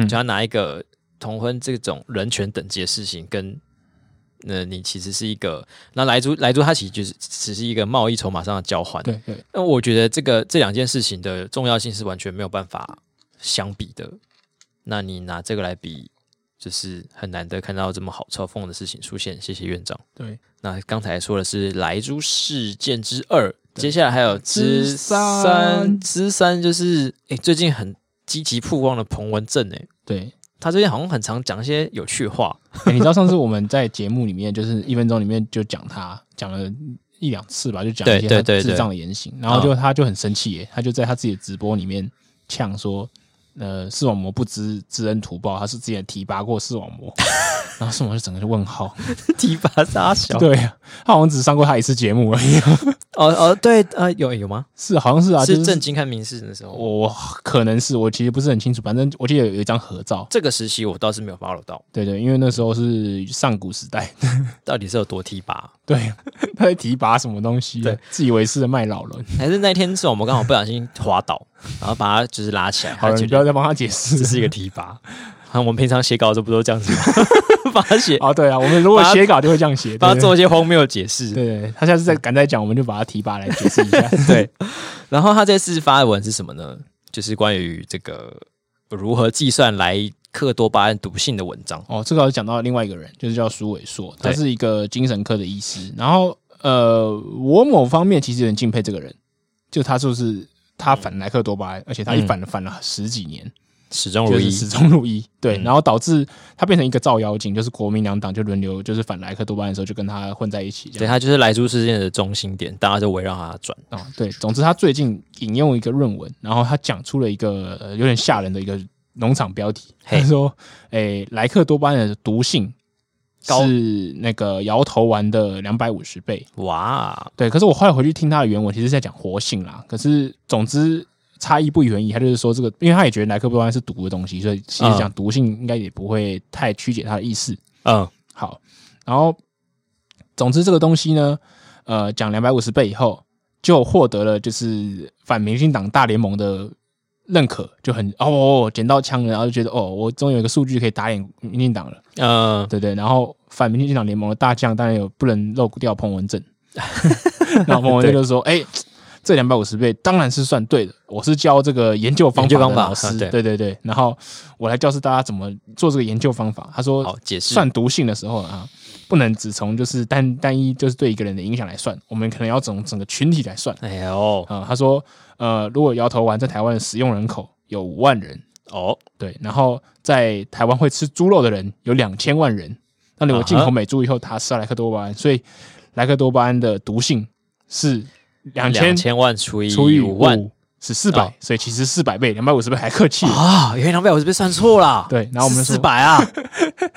S2: 嗯
S1: 就要拿一个同婚这种人权等级的事情跟。呃，你其实是一个，那莱猪莱猪它其实就是只是一个贸易筹码上的交换。
S2: 对对，
S1: 那我觉得这个这两件事情的重要性是完全没有办法相比的。那你拿这个来比，就是很难得看到这么好嘲讽的事情出现。谢谢院长。
S2: 对，
S1: 那刚才说的是莱猪事件之二，接下来还有之
S2: 之三
S1: 三，之三就是诶、最近很积极曝光的彭文正诶、
S2: 对。
S1: 他最近好像很常讲一些有趣的 话。
S2: 欸你知道上次我们在节目里面，就是一分钟里面就讲他讲了一两次吧，就讲一
S1: 对
S2: 些
S1: 对
S2: 他
S1: 对对嗯
S2: 智障的言行，然后就他就很生气耶，他就在他自己的直播里面呛说。呃，视网膜不知知恩图报，他是之前提拔过视网膜， 然后视网膜就整个就问号。
S1: 提拔大小，
S2: 对啊，他好像只上过他一次节目而已。啊
S1: 哦哦，对，呃，有有吗？
S2: 是，好像是啊，就是是
S1: 正经看民事的时候，
S2: 我我可能是我其实不是很清楚，反正我记得有有一张合照。
S1: 这个时期我倒是没有 follow 到，
S2: 对对，因为那时候是上古时代，
S1: 到底是有多提拔，
S2: 对，啊他在提拔什么东西啊，
S1: 对
S2: 自以为是的卖老人。
S1: 还是那天是我们刚好不小心滑 倒，然后把他就是拉起来，他
S2: 好了，
S1: 觉
S2: 你不要
S1: 得
S2: 再帮他解
S1: 这
S2: 释。
S1: 是一个提拔。 啊，我们平常写稿这不都这样 子吗？把他写，
S2: 哦，对啊，我们如果
S1: 把他
S2: 写稿就会这样写，
S1: 把他
S2: 对
S1: 做一些荒谬的解
S2: 对
S1: 释。
S2: 对对对他下次再敢再讲，我们就把他提拔来解释一下。
S1: 对，然后他这次发的文是什么呢？就是关于这个如何计算莱克多巴胺毒性的文章。
S2: 哦，这个我讲到另外一个人，就是叫苏伟硕，他
S1: 对
S2: 是一个精神科的医师。然后呃，我某方面其实有点敬佩这个人，就他就是他反莱克多巴胺，而且他一反了反了十几年，
S1: 始终如嗯
S2: 就
S1: 哦一
S2: 是，始终如一。对，
S1: 嗯
S2: 然后导致他变成一个照妖镜，就是国民两党就轮流就是反莱克多巴胺的时候就跟他混在一起这样
S1: 对，。他就是莱猪事件的中心点，大家就围绕他转。
S2: 啊、对，总之他最近引用一个论文，然后他讲出了一个、呃、有点吓人的一个农场标题，
S1: 嘿
S2: 他说：“诶、莱克多巴胺的毒性
S1: 高
S2: 是那个摇头丸的两百五十倍。
S1: 哇”，
S2: 对，可是我后来回去听他的原文，其实是在讲活性啦。可是总之差异不远矣，他就是说这个，因为他也觉得莱克多巴胺是毒的东西，所以其实讲毒性应该也不会太曲解他的意思。呃
S1: 嗯，
S2: 好，然后总之这个东西呢，呃，讲两百五十倍以后，就获得了就是反民进党大联盟的认可，就很哦捡到枪了，然后就觉得哦，我终于有一个数据可以打脸民进党了，
S1: 呃，
S2: 对不对？然后反民进党联盟的大将当然有不能漏掉彭 文正，然后彭文正就说，哎。这两百五十倍当然是算对的，我是教这个研究方
S1: 研究
S2: 法
S1: 方
S2: 的
S1: 法
S2: 老
S1: 啊
S2: 师，
S1: 对
S2: 对对对，然后我来教示大家怎么做这个研究方法。他说，
S1: 好解释。
S2: 算毒性的时候啊，不能只从就是单单一就是对一个人的影响来算，我们可能要从整个群体来算
S1: 哎呦，
S2: 啊、他说，呃，如果摇头丸在台湾的使用人口有五万人，
S1: 哦，
S2: 对，然后在台湾会吃猪肉的人有两千万人，那如果进
S1: 啊
S2: 口
S1: 哈
S2: 美猪以后，他吃了莱克多巴胺，所以莱克多巴胺的毒性是两千
S1: 两千万除以
S2: 除以
S1: 五万，
S2: 是四百
S1: 哦，
S2: 所以其实四百倍，两百五十倍还客气。
S1: 啊，原来两百我是被算错了。
S2: 对然后我们就说
S1: 四 百啊，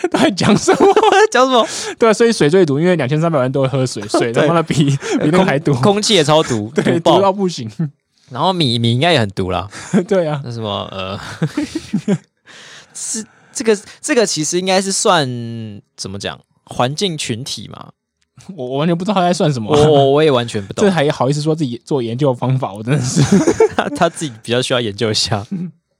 S2: 到底讲什么？
S1: 讲什么？
S2: 对啊，所以水最毒，因为两千三百万都会 喝水，水他妈的比比那个还毒，
S1: 空气也超毒，
S2: 对，
S1: 毒
S2: 毒
S1: 爆。
S2: 到不行。
S1: 然后米米应该也很毒啦。
S2: 对啊，
S1: 那什么呃， 是这个这个其实应该是算怎么讲环境群体 嘛？
S2: 我我完全不知道他在算什么
S1: 我。我我也完全不
S2: 这
S1: 懂，
S2: 还好意思说自己做研究方法，我真的是
S1: 他他自己比较需要研究一下。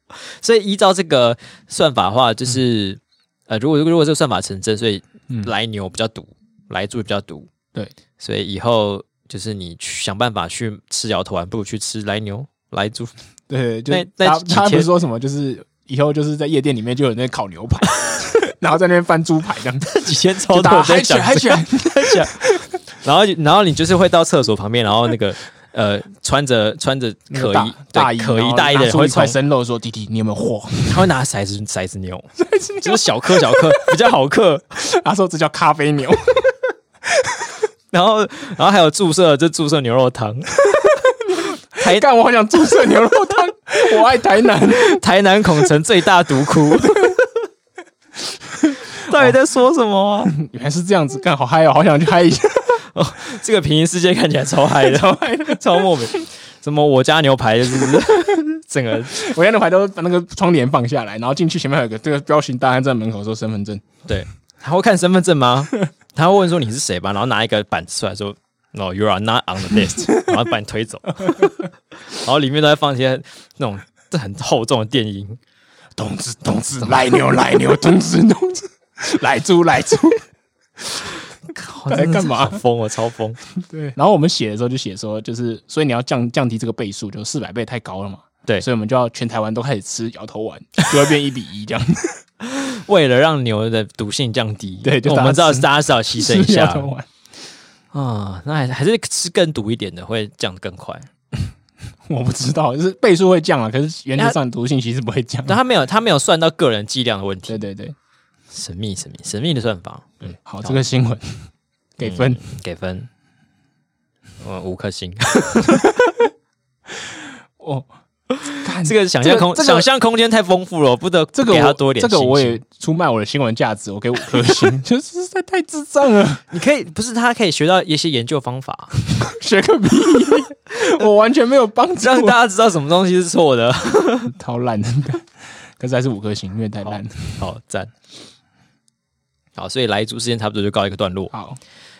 S1: 所以依照这个算法的话，就是、呃，如果如果这个算法成真，所以
S2: 嗯
S1: 来牛比较毒，来猪比较毒。
S2: 对，
S1: 所以以后就是你去想办法去吃摇头丸，不如去吃来牛来猪。
S2: 对，就
S1: 那那
S2: 他
S1: 几天
S2: 他不是说什么，就是以后就是在夜店里面就有人在烤牛排， 然后在那边翻猪排这样，
S1: 这几天超
S2: 就大
S1: 多
S2: 家
S1: 人哦在
S2: 嗨起
S1: 讲
S2: 来嗨起来，
S1: 然后然后你就是会到厕所旁边，然后那个呃穿着穿着
S2: 那
S1: 可
S2: 个
S1: 疑
S2: 大大衣
S1: 可
S2: 然
S1: 疑
S2: 后
S1: 大衣的
S2: 拿
S1: 人
S2: 出
S1: 会
S2: 一块
S1: 从
S2: 生肉说：“弟弟，你有没 有货
S1: 他会拿骰子骰子牛，就是小颗小颗比较好克。？”
S2: 他说：“这叫咖啡牛。
S1: 然后然后还有注射这注射牛肉汤，台”
S2: 干，我好想注射牛肉汤，我爱台南。
S1: 台南孔城最大毒窟。到底在说什么啊、
S2: 原来是这样子，干好嗨哦，好想去嗨一下。
S1: 这个平行世界看起来超嗨的，超嗨的，超莫名。什么我家牛排就是 整个
S2: 我家那牌都把那个窗帘放下来，然后进去前面还有个这个彪形大汉在门口说身份证，
S1: 对，他会看身份证吗？ 他会问说你是谁吧，然后拿一个板子出来说，No, you are not on the list，然 后把你推走。然后里面都在放一些那种这很厚重的电 音，
S2: 咚子咚子，来牛来牛，咚子咚子，来猪 来猪。
S1: 靠
S2: 在哎干嘛
S1: 真的是好疯我啊超疯。
S2: 对，然后我们写的时候就写说，就是所以你要降降低这个倍数，就四百倍太高了嘛。
S1: 对
S2: 所以我们就要全台湾都开始吃摇头丸，就会变一比一 这样。
S1: 为了让牛的毒性降低，
S2: 对就
S1: 我
S2: 大家
S1: 们知道
S2: 吃
S1: 大家是要牺牲一
S2: 吃摇
S1: 下
S2: 头丸，
S1: 啊、那还还是吃更毒一点的会降得更快。
S2: 我不知道，就是倍数会降啊，可是原则上毒性其实不会降。
S1: 但他没有他没有算到个人剂量的问题，
S2: 对对对，
S1: 神秘神秘神秘的算法，嗯，
S2: 好，这个新闻 给分
S1: 嗯。给分，我五颗星。
S2: 哦。干
S1: 这个想象空、
S2: 这个这
S1: 想
S2: 个
S1: 象空间太丰富了，不得
S2: 这个
S1: 给
S2: 我
S1: 他多一点
S2: 这个我
S1: 信
S2: 也
S1: 心
S2: 出卖我的新闻价值，我给五颗星， 就是实在太智障了，
S1: 你可以不是他可以学到一些研究方 法，
S2: 学个屁！我完全没有帮助，
S1: 让大家知道什么东西是错的。
S2: 超烂的，可是还是五颗星，因为太烂了。
S1: 好赞，好，所以来猪事件差不多就告一个段落。
S2: 好，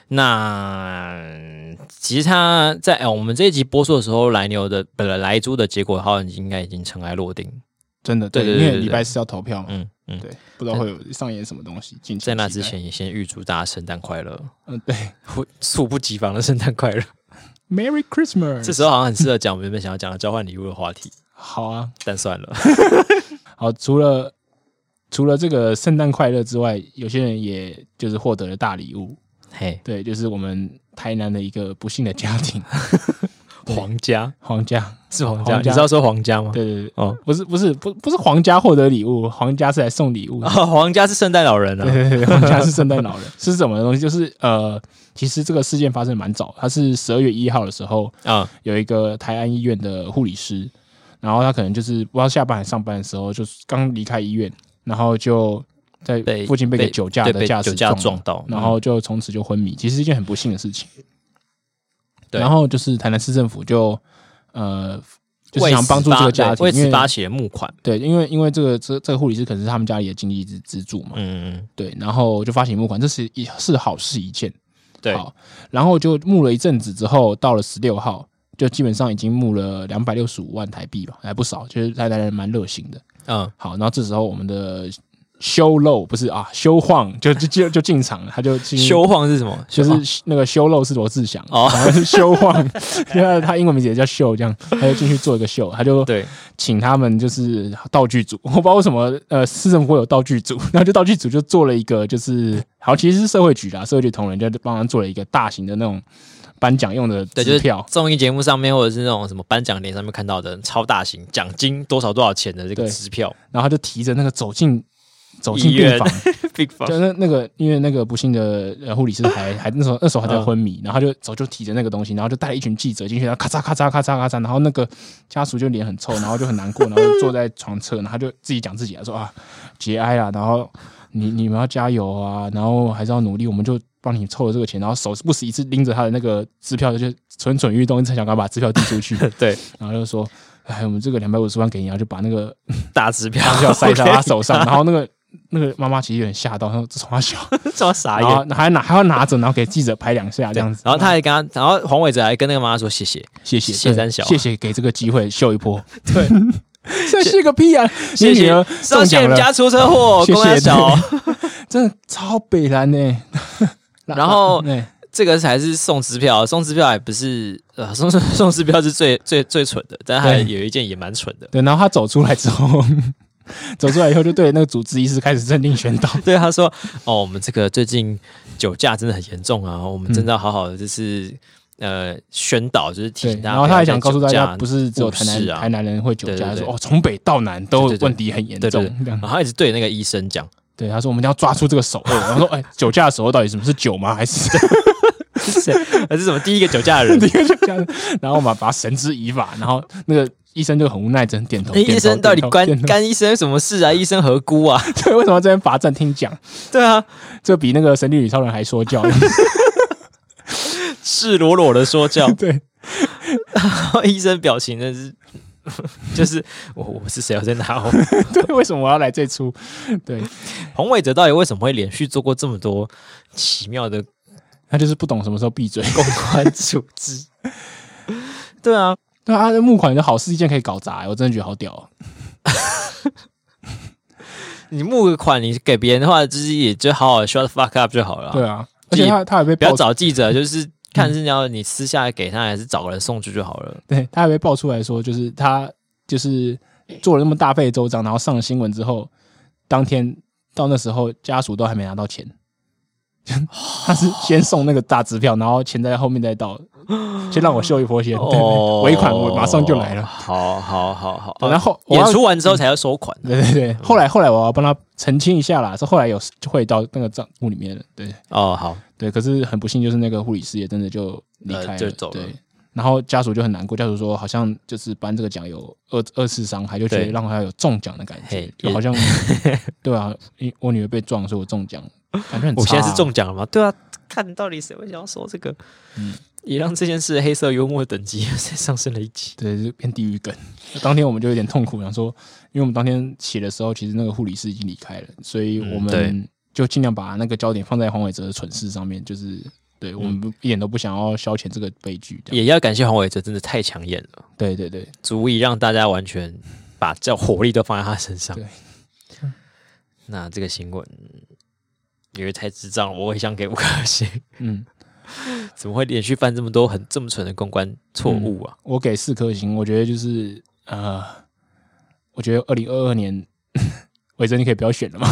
S1: 那嗯其实他在、呃我们这一集播出的时候，来牛的本来来猪的结果好像应该已经尘埃落定。
S2: 真的
S1: 对对
S2: 因
S1: 对
S2: 为
S1: 对
S2: 礼
S1: 对
S2: 拜四要投票嘛，
S1: 嗯嗯，
S2: 对，不知道会有上演什么东西。敬请
S1: 在那
S2: 期
S1: 之
S2: 待，
S1: 前也先预祝大家圣诞快乐，
S2: 嗯，对
S1: 会猝不及防的圣诞快乐。
S2: ，Merry
S1: 这
S2: Christmas，
S1: 时候好像很适合讲我们原本想要讲的交换礼物的话题，
S2: 好啊，
S1: 但算了。
S2: 好，除了。除了这个圣诞快乐之外，有些人也就是获得了大礼物，
S1: 嘿，
S2: 对，就是我们台南的一个不幸的家庭，
S1: 皇家。
S2: 黄家，
S1: 是皇
S2: 皇
S1: 家，
S2: 家
S1: 你是要说皇家 吗？
S2: 对对对，
S1: 哦，
S2: 不是不是不不是皇家获得礼物，皇家是来送礼物的。
S1: 哦皇家是圣诞老人
S2: 对
S1: 啊。
S2: 对对， 皇家是圣诞老人， 是什么东西？就是呃，其实这个事件发生得蛮早，他是十二月一号的时候，
S1: 啊，
S2: 有一个台安医院的护理师，然后他可能就是不知道下班还是上班的时候，就是刚离开医院，然后就在
S1: 被
S2: 附近被
S1: 被
S2: 给酒驾
S1: 对
S2: 的
S1: 被
S2: 驾驶
S1: 酒驾撞
S2: 了
S1: 到嗯
S2: 然后就从此就昏迷，其实是一件很不幸的事情。
S1: 对
S2: 然后就是台南市政府就呃，就是
S1: 为
S2: 想帮助这个
S1: 18对
S2: 家庭，
S1: 为
S2: 因
S1: 此
S2: 为
S1: 发起了募款。
S2: 对，因为因为这个这这个护理师可能是他们家里的经济支支柱嘛，
S1: 嗯，嗯
S2: 对，然后就发起募款，这是一是好事一件，
S1: 嗯对，
S2: 好，然后就募了一阵子之后，到了十六号，就基本上已经募了两百六十五万台币吧，还不少，就是台南人蛮热心的。
S1: 嗯，
S2: 好，然后这时候我们的修漏不是啊，修晃就就就就进场了，他就进
S1: 修皇是什么？
S2: 就
S1: 修晃
S2: 是那个修漏是罗志祥，
S1: 哦
S2: 然后是修晃， 因为他英文名字也叫秀，这样他就进去做一个秀，他就
S1: 对，
S2: 请他们就是道具组，我 不知道为什么呃市政府会有道具组， 然后就道具组就做了一个就是好其实是社会局啦，社会局同仁就帮他做了一个大型的那种颁奖用的
S1: 对，就
S2: 支
S1: 是
S2: 票，
S1: 综艺节目上面或者是那种什么颁奖典礼上面看到的超大型奖金多少多少钱的这个
S2: 对
S1: 支票，
S2: 然后他就提着那个走进走进
S1: 医
S2: 病
S1: 院
S2: 房，
S1: Big Fun
S2: 就那那个，因为那个不幸的呃护理 师还还那时候那时候还在
S1: 嗯
S2: 昏迷，然后他就手就提着那个东西，然后就带了一群记者进去，然后咔嚓咔嚓咔嚓咔嚓，然后那个家属就脸很臭，然后就很 难过，然后就坐在床侧，然后他就自己讲自己来说啊节哀啦，然后你你们要加油啊，然后还是要努力，我们就帮你凑了这个钱，然后手不时一次拎着他的那个支票，就蠢蠢欲动，一直想赶快把支票递 出去，
S1: 对
S2: 然后就说哎我们这个两百五十万给你，啊然后就把那个
S1: 大支 票
S2: 钞 票塞到
S1: OK
S2: 他手上，然后那个。那个妈妈其实有点吓到，她说：“这从他小，
S1: 这么傻
S2: 然
S1: 眼。
S2: 后还拿还要拿着，然后给记者拍两下这样子。
S1: 然后他还跟他，然后黄伟哲还跟那个妈妈说谢谢，
S2: 谢谢
S1: 谢三小啊
S2: 对谢谢给这个机会秀一波。
S1: 对，
S2: 这谢个屁啊！你
S1: 谢
S2: 女
S1: 谢
S2: 儿，
S1: 上
S2: 中
S1: 线
S2: 奖
S1: 人
S2: 了，
S1: 家出车祸，
S2: 谢
S1: 公安
S2: 谢
S1: 小。哦
S2: 真的超北蓝呢。
S1: 然后
S2: 对
S1: 这个才是送支票，送支票也不是呃，送 送送支票是最最最蠢的，但还
S2: 对
S1: 有一件也蛮蠢的。
S2: 对，然后他走出来之后， 走出来以后就对那个主治医师开始镇定 宣导。
S1: 对他说：“哦，我们这个最近酒驾真的很严重啊，我们真的要好好的就是、呃宣导，就是提
S2: 对，
S1: 醒大家。”
S2: 然后他还想告诉大家，不是只有
S1: 误
S2: 台
S1: 事
S2: 南
S1: 啊
S2: 台南人会酒驾，
S1: 对对对
S2: 说哦，从北到南都
S1: 对对对
S2: 问题很严
S1: 对对
S2: 重
S1: 对。
S2: 这样
S1: 然后他一直对那个医生讲，
S2: 对，他说我们一定要抓住这个首恶。然后说，哎，酒驾的首恶到底什么是酒吗？还是？
S1: 是还是什么第一个酒驾的人
S2: 就这样，然后我们把他绳之以法，然后那个医生就很无奈，只能点头。
S1: 那哎医生到底
S2: 关
S1: 关干医生什么事啊？医生何辜啊？
S2: 对？为什么要这边罚站听讲？
S1: 对啊，
S2: 这比那个神力女超人还说教。
S1: 赤裸裸的说教，
S2: 对，
S1: 然后医生表情真是。 就是我我是谁？我在哪？ 我
S2: 对，为什么我要来这出？对
S1: 洪伟哲到底为什么会连续做过这么多奇妙的
S2: 他就是不懂什么时候闭嘴。
S1: 公关处置？对啊，
S2: 对啊，那募款的好事一件可以搞砸、我真的觉得好屌哦、
S1: 你募个款，你给别人的话，就是也就好好 shut the fuck up 就好了啊、
S2: 对啊，而且他他还被
S1: 不要
S2: 爆，
S1: 找记者，就是看是你要你私下给他，还是找个人送去就好了。
S2: 对他还被爆出来说，就是他就是做了那么大费周章，然后上了新闻之后，当天到那时候家属都还没拿到钱。他是先送那个大支票，然后钱在后面再到，先让我秀一波先，对对对尾款我马上就来了。
S1: 哦好好好好，
S2: 然后我要
S1: 演出完之后才要收款、啊
S2: 对对对，后来后来我要帮他澄清一下啦，是后来有汇到那个账户里面了，对
S1: 哦，好，
S2: 对，可是很不啊幸就是那个护理师也真的就离开了，
S1: 呃就走了
S2: 对，然后家属就很难过，家属说好像就是颁这个奖有二二次伤害，就觉得
S1: 对
S2: 让他有中奖的感觉
S1: 嘿，
S2: 就
S1: 也
S2: 好像对啊，因我女儿被撞，所以我中奖，感觉很差啊、
S1: 我现在是中奖了吗？对啊，看到底谁会想要收这个？
S2: 嗯
S1: 也让这件事的黑色幽默等级又 再上升了一级。
S2: 对，就变地狱梗。当天我们就有点痛苦，想说，因为我们当天写的时候，其实那个护理师已经离开了，所以我
S1: 嗯对
S2: 们就尽量把那个焦点放在黄伟哲的蠢事上面，就是对我们不一点都不想要消遣这个悲剧。这
S1: 嗯
S2: 样
S1: 也要感谢黄伟哲，真的太抢眼了，
S2: 对对对，
S1: 足以让大家完全把这火力都放在他身上
S2: 对。
S1: 那这个新闻因为太智障了，我也想给五颗星。
S2: 嗯，
S1: 怎么会连续犯这么多很这么蠢的公关错误啊？
S2: 我给四颗星，我觉得就是呃，我觉得二零二二年。 伟哲，你可以不要选了嘛？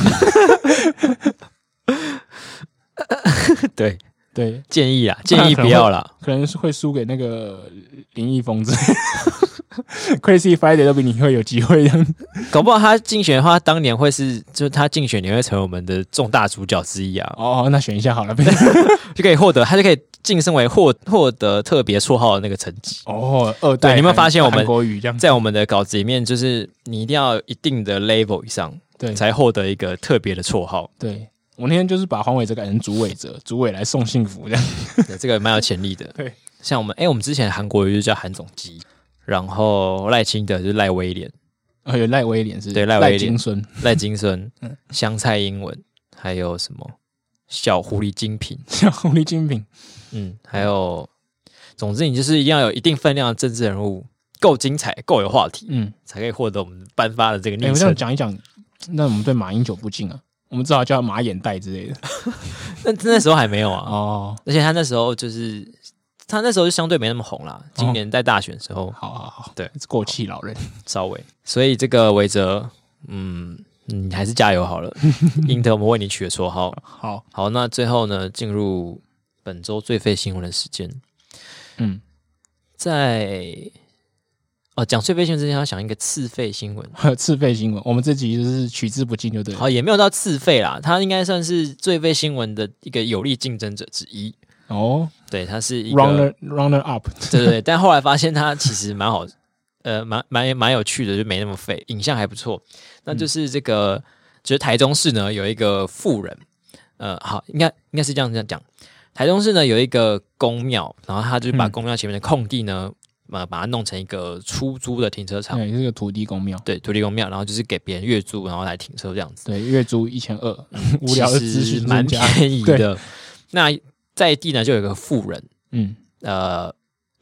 S1: 对，
S2: 嗯对，
S1: 建议啊，建议不要 啦。
S2: 可能是会输给那个林毅峰之类的 ，Crazy Friday 都比你会有机会这样。
S1: 搞不好他竞选的话，当年会是就是他竞选年会成为我们的重大主角之一啊，
S2: 哦，那选一下好了，
S1: 就可以获得他就可以晋升为获获得特别绰号的那个层级。
S2: 哦，二代
S1: 对
S2: 韩，
S1: 你有没有发现我们
S2: 韩国语这样？
S1: 在我们的稿子里面，就是你一定要有一定的 level 以上，
S2: 对，
S1: 才获得一个特别的绰号
S2: 对，我那天就是把黄伟哲改成主伟哲，主伟来送幸福这样。
S1: 对这个蛮有潜力的。
S2: 对，
S1: 像我们哎、我们之前韩国瑜就叫韩总机，然后赖清德就是赖威廉，
S2: 哦，有赖威廉是
S1: 对赖威
S2: 赖
S1: 廉
S2: 金孙，
S1: 赖金孙
S2: 嗯、
S1: 香菜英文，还有什么小狐狸精品，
S2: 像狐狸精品。
S1: 嗯，还有，总之你就是一定要有一定分量的政治人物，够精彩，够有话题，
S2: 嗯，
S1: 才可以获得我们颁发的这个昵
S2: 哎、我这样
S1: 称。
S2: 讲一讲，那我们对马英九不敬啊，我们至少叫他马眼袋之类的。
S1: 那那时候还没有啊，
S2: 哦，
S1: 而且他那时候就是他那时候就相对没那么红啦。今年在大选的时候
S2: 好好好，
S1: 对，
S2: 过气老人。
S1: 稍微，所以这个韦哲，嗯。嗯，还是加油好了，赢得我们为你取的绰号。
S2: 好，
S1: 好，那最后呢，进入本周最废新闻的时间。
S2: 嗯，
S1: 在哦，讲碎飞新闻之前要想一个次废新闻，
S2: 自费新闻，我们这集就是取之不尽就对了。
S1: 好，也没有到次废啦，它应该算是最废新闻的一个有力竞争者之一。
S2: 哦
S1: 对，它是一个
S2: ，runner runner up，
S1: 对对对，但后来发现它其实蛮好，呃，蛮蛮蛮有趣的，就没那么废，影像还不错。那
S2: 嗯
S1: 就是这个，就是台中市呢有一个富人，呃，好，应该应该是这样这样讲。台中市呢有一个公庙，然后他就是把
S2: 嗯
S1: 公庙前面的空地呢，呃，把它弄成一个出租的停车场，
S2: 对，这个土地公庙，
S1: 对，土地公庙，然后就是给别人月租，然后来停车这样子。
S2: 对，月租一 千二，无聊的
S1: 其
S2: 资
S1: 实
S2: 讯
S1: 蛮
S2: 专家，
S1: 便宜
S2: 对
S1: 的。那在地呢，就有一个富人，
S2: 嗯，
S1: 呃，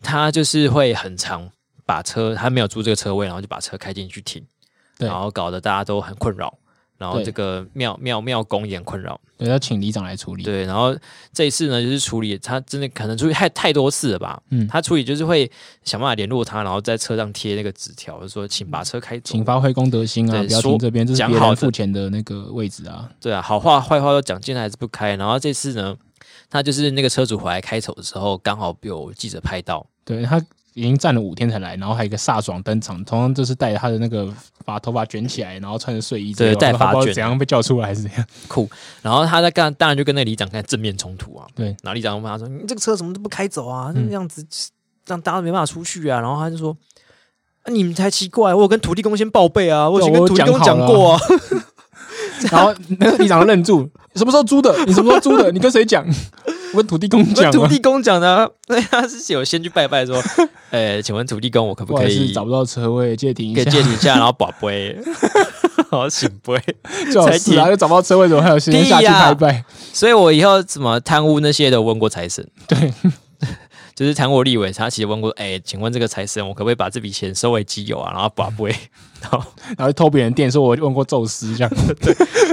S1: 他就是会很常把车，他没有租这个车位，然后就把车开进去停，
S2: 对
S1: 然后搞得大家都很困扰，然后
S2: 对
S1: 这个庙庙庙公也很困扰，
S2: 对，要请里长来处理，
S1: 对，然后这一次呢，就是处理他真的可能处理太太多次了吧，
S2: 嗯
S1: 他处理就是会想办法联络他，然后在车上贴那个纸条，就说请把车开走
S2: 请，发挥公德心啊，
S1: 对
S2: 不要
S1: 说
S2: 停这边，这是
S1: 讲
S2: 别
S1: 好
S2: 人
S1: 的
S2: 付钱的那个位置啊，
S1: 对啊，好话坏话都讲，进来还是不开，然后这次呢，他就是那个车主回来开走的时候，刚好被我记者拍到，
S2: 对他已经站了五天才来，然后还有一个飒爽登场，同样就是带着他的那个把头发卷起来，然后穿着睡衣之类的，
S1: 对戴
S2: 我不知道
S1: 发卷
S2: 怎样被叫出来还是怎样？
S1: 酷。然后他在干，当然就跟那个里长跟他正面冲突啊。
S2: 对嗯
S1: 然后里长就问他说：“你这个车怎么都不开走啊？这样子让大家没办法出去啊。”然后他就说。啊、你们才奇怪！我有跟土地公先报备啊，我已经
S2: 对
S1: 跟
S2: 我
S1: 土地
S2: 讲
S1: 公
S2: 好
S1: 讲
S2: 了啊
S1: 过 啊。
S2: 然后那个里长愣住，什么时候租的？你什么时候租的？你跟谁讲？我跟土地公
S1: 我跟
S2: 讲
S1: 土
S2: 啊。
S1: 地公讲的、啊， 对，他是有先去拜拜说， 呃，请问土地公，我可不
S2: 不好
S1: 可
S2: 意思，
S1: 以
S2: 找不到车位，借停一
S1: 可以
S2: 下。
S1: 借你一下，然后宝贝， 然后醒杯。
S2: 最好是啊，
S1: 才
S2: 又找不到车位，怎么还有时间下去
S1: 屁呀
S2: 拜拜？
S1: 所以我以后怎么贪污那些的问过财神，
S2: 对，
S1: 就是贪污立委，他其实问过，哎、请问这个财神，我可不可以把这笔钱收为己有啊？然后宝贝， 然后
S2: 然后偷别人店，说我问过宙斯这样。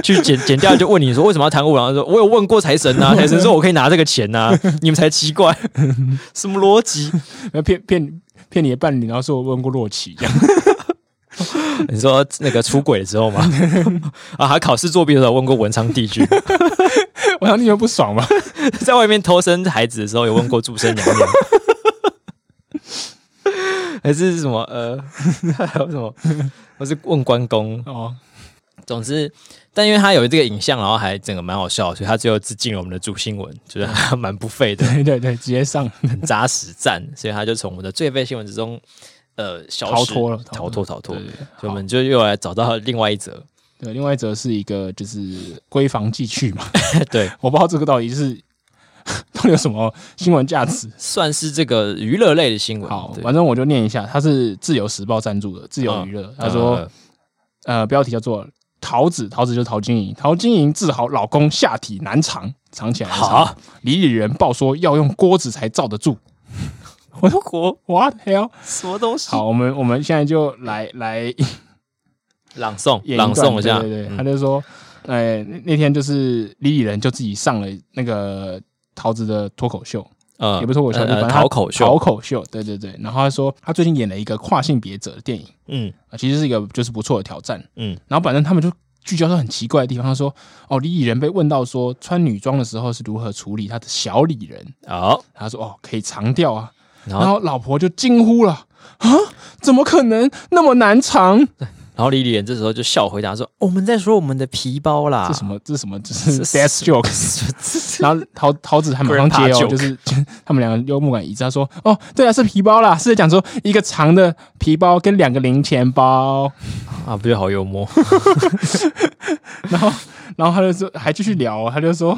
S1: 去减减掉，就问你说为什么要贪污？然后说我有问过财神呐、啊财神说我可以拿这个钱呐、你们才奇怪，什么逻辑？
S2: 然后骗骗骗你的伴侣，然后说我问过洛奇这样。
S1: 你说那个出轨的时候吗？ 啊，他考试作弊的时候问过文昌帝君，
S2: 我想你们不爽吧？
S1: 在外面偷生孩子的时候有问过祝生娘 娘，还是什么呃， 还有什么？我是问关公。
S2: 哦，
S1: 总之，但因为他有这个影像，然后还整个蛮好笑的，所以他最后致敬了我们的主新闻，觉得还蛮不费的。
S2: 对对对，直接上
S1: 很扎实战，所以他就从我们的最废新闻之中，呃，消
S2: 逃
S1: 失
S2: 脱了，
S1: 逃脱，逃脱。
S2: 对
S1: 所
S2: 对对
S1: 以我们就又来找到另外一则，
S2: 对，另外一则是一个就是闺房寄去嘛，
S1: 对，
S2: 我不知道这个到底是 到底有什么新闻价值。
S1: 算是这个娱乐类的新闻。
S2: 好，
S1: 嗯对
S2: 反正我就念一下，它是自由时报赞助的，自由
S1: 嗯
S2: 娱乐。他说，呃，标题叫做“桃子”，桃子就是陶晶莹，陶晶莹治好老公下体难藏，藏起来还藏。
S1: 好，
S2: 李李仁报说要用锅子才罩得住。
S1: 我国
S2: What hell？
S1: 什么东西？啊
S2: 好，我们我们现在就来来
S1: 朗诵，
S2: 演一
S1: 朗
S2: 段
S1: 诵一下，
S2: 对对对，
S1: 嗯
S2: 他就说，哎、那那天就是李李仁就自己上了那个桃子的脱口秀，
S1: 呃
S2: 也不是脱口秀，
S1: 呃
S2: 就
S1: 呃
S2: 反正他
S1: 讨口
S2: 讨
S1: 秀，
S2: 口秀，对对对。然后他说他最近演了一个跨性别者的电影，
S1: 嗯
S2: 啊，其实是一个就是不错的挑战。
S1: 嗯，
S2: 然后反正他们就聚焦到很奇怪的地方，他说哦，李李仁被问到说穿女装的时候是如何处理他的小李人，
S1: 好，
S2: 他说哦可以藏掉啊，
S1: 然
S2: 嗯然
S1: 后
S2: 后老婆就惊呼了啊，怎么可能那么难藏？
S1: 然后李李岩这时候就笑回答说：“我们在说我们的皮包啦
S2: 这，什么这什么就 是是 death joke。然 后桃桃子还马上接
S1: Grandpa
S2: 哦，
S1: joke
S2: 就是 他们两个幽默感一致。他说：“哦，对啊，是皮包啦，是在讲说一个长的皮包跟两个零钱包。
S1: 啊，不就好幽默？”
S2: 然后，然后他就说，还继续聊哦，他就说：“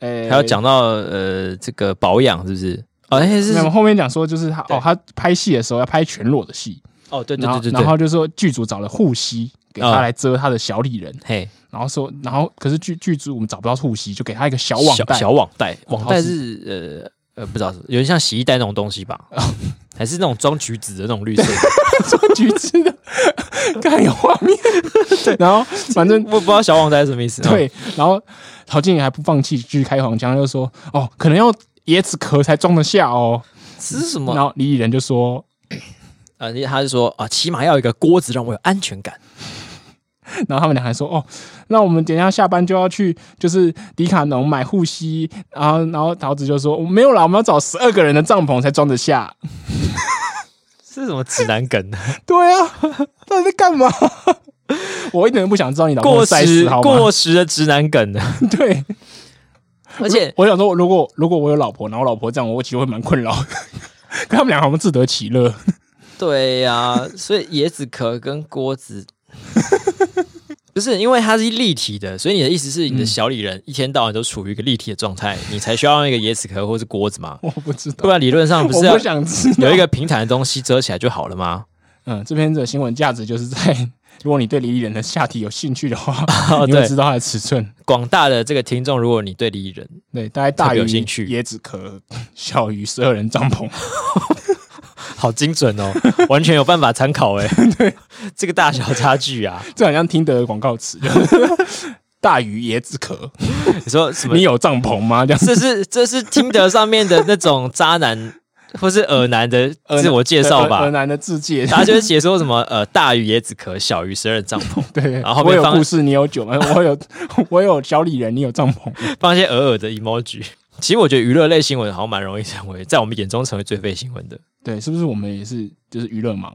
S2: 呃，
S1: 还有讲到呃这个保养是不是？哦，哎是
S2: 没有，后面讲说就是他
S1: 对
S2: 哦，他拍戏的时候要拍全裸的戏，
S1: 哦，对对
S2: 然后
S1: 对对
S2: 然
S1: 对，
S2: 后就说剧组找了护膝给他
S1: 啊
S2: 来遮他的小李人，
S1: 嘿，
S2: 然后说，然后可是剧剧组我们找不到护膝，就给他一个小网
S1: 小
S2: 袋，
S1: 小网袋，
S2: 哦
S1: 网袋是呃呃不知道是有点像洗衣袋那种东西 吧，还是那种装橘子的那种绿色的，
S2: 做橘子的， 看有画 面。然后反正
S1: 我不知道小网袋是什么意思。哦，
S2: 对，然后陶晶莹还不放弃，继续开黄腔，就说：“哦，可能要椰子壳才装得下哦。
S1: 这是什”
S2: 然
S1: 么？
S2: 后李李仁就说
S1: 呃，他是说啊，起码要有一个锅子让我有安全感。：“
S2: 然后他们俩还说：‘哦，那我们等一下下班就要去，就是迪卡侬买护膝。’ 然后，然后桃子就说：‘我没有啦，我们要找十二个人的帐篷才装得下。’”
S1: 这是什么直男梗？
S2: 对 啊，到底在干嘛？ 我一点都不想知道你老 公
S1: 过
S2: 的赛
S1: 时
S2: 事好吗？
S1: 过时的直男梗，
S2: 对，
S1: 而且
S2: 我想说，如果如果我有老婆，然后我老婆这样，我其实会蛮困扰的。 可他们俩好像自得其乐，
S1: 对呀、所以椰子壳跟锅 子不是因为它是立体的，所以你的意思是你的小李人一天到晚都处于一个立体的状态，你才需要用一个椰子壳或是锅子 嘛？
S2: 我不知
S1: 不
S2: 道，
S1: 然理论上不是
S2: 我
S1: 要
S2: 不想知道。
S1: 有一个平坦的东西遮起来就好了吗？
S2: 嗯，这篇的新闻价值就是在，如果你对李李人的下体有兴趣的话，
S1: 哦，
S2: 你会
S1: 对
S2: 知，道它的尺寸。
S1: 广大的这个听众，如果你对李人
S2: 对，大概大
S1: 特
S2: 于
S1: 别有兴趣
S2: 椰子壳，小于十二人帐篷。
S1: 好精准哦， 完全有办法参 考哎，这个大小差距啊，
S2: 这好像听得的广告词，就是大于椰子壳。
S1: 你说什么
S2: 你？有帐篷吗？这样
S1: 这是这是听得上面的那种渣男或是耳男的 自我介绍吧？
S2: 河南的自介，
S1: 然后就是写说什么呃大于椰子壳，小于十二帐 篷，
S2: 对，
S1: 然后后
S2: 我
S1: 面
S2: 有
S1: 放
S2: 故事，你有酒吗？ 我有我有小李人，你有帐篷。
S1: 放一些偶尔的 emoji。其实我觉得娱乐类新闻好像蛮容易成为在我们眼中成为最废新闻的。
S2: 对，是不是我们也是就是娱乐盲？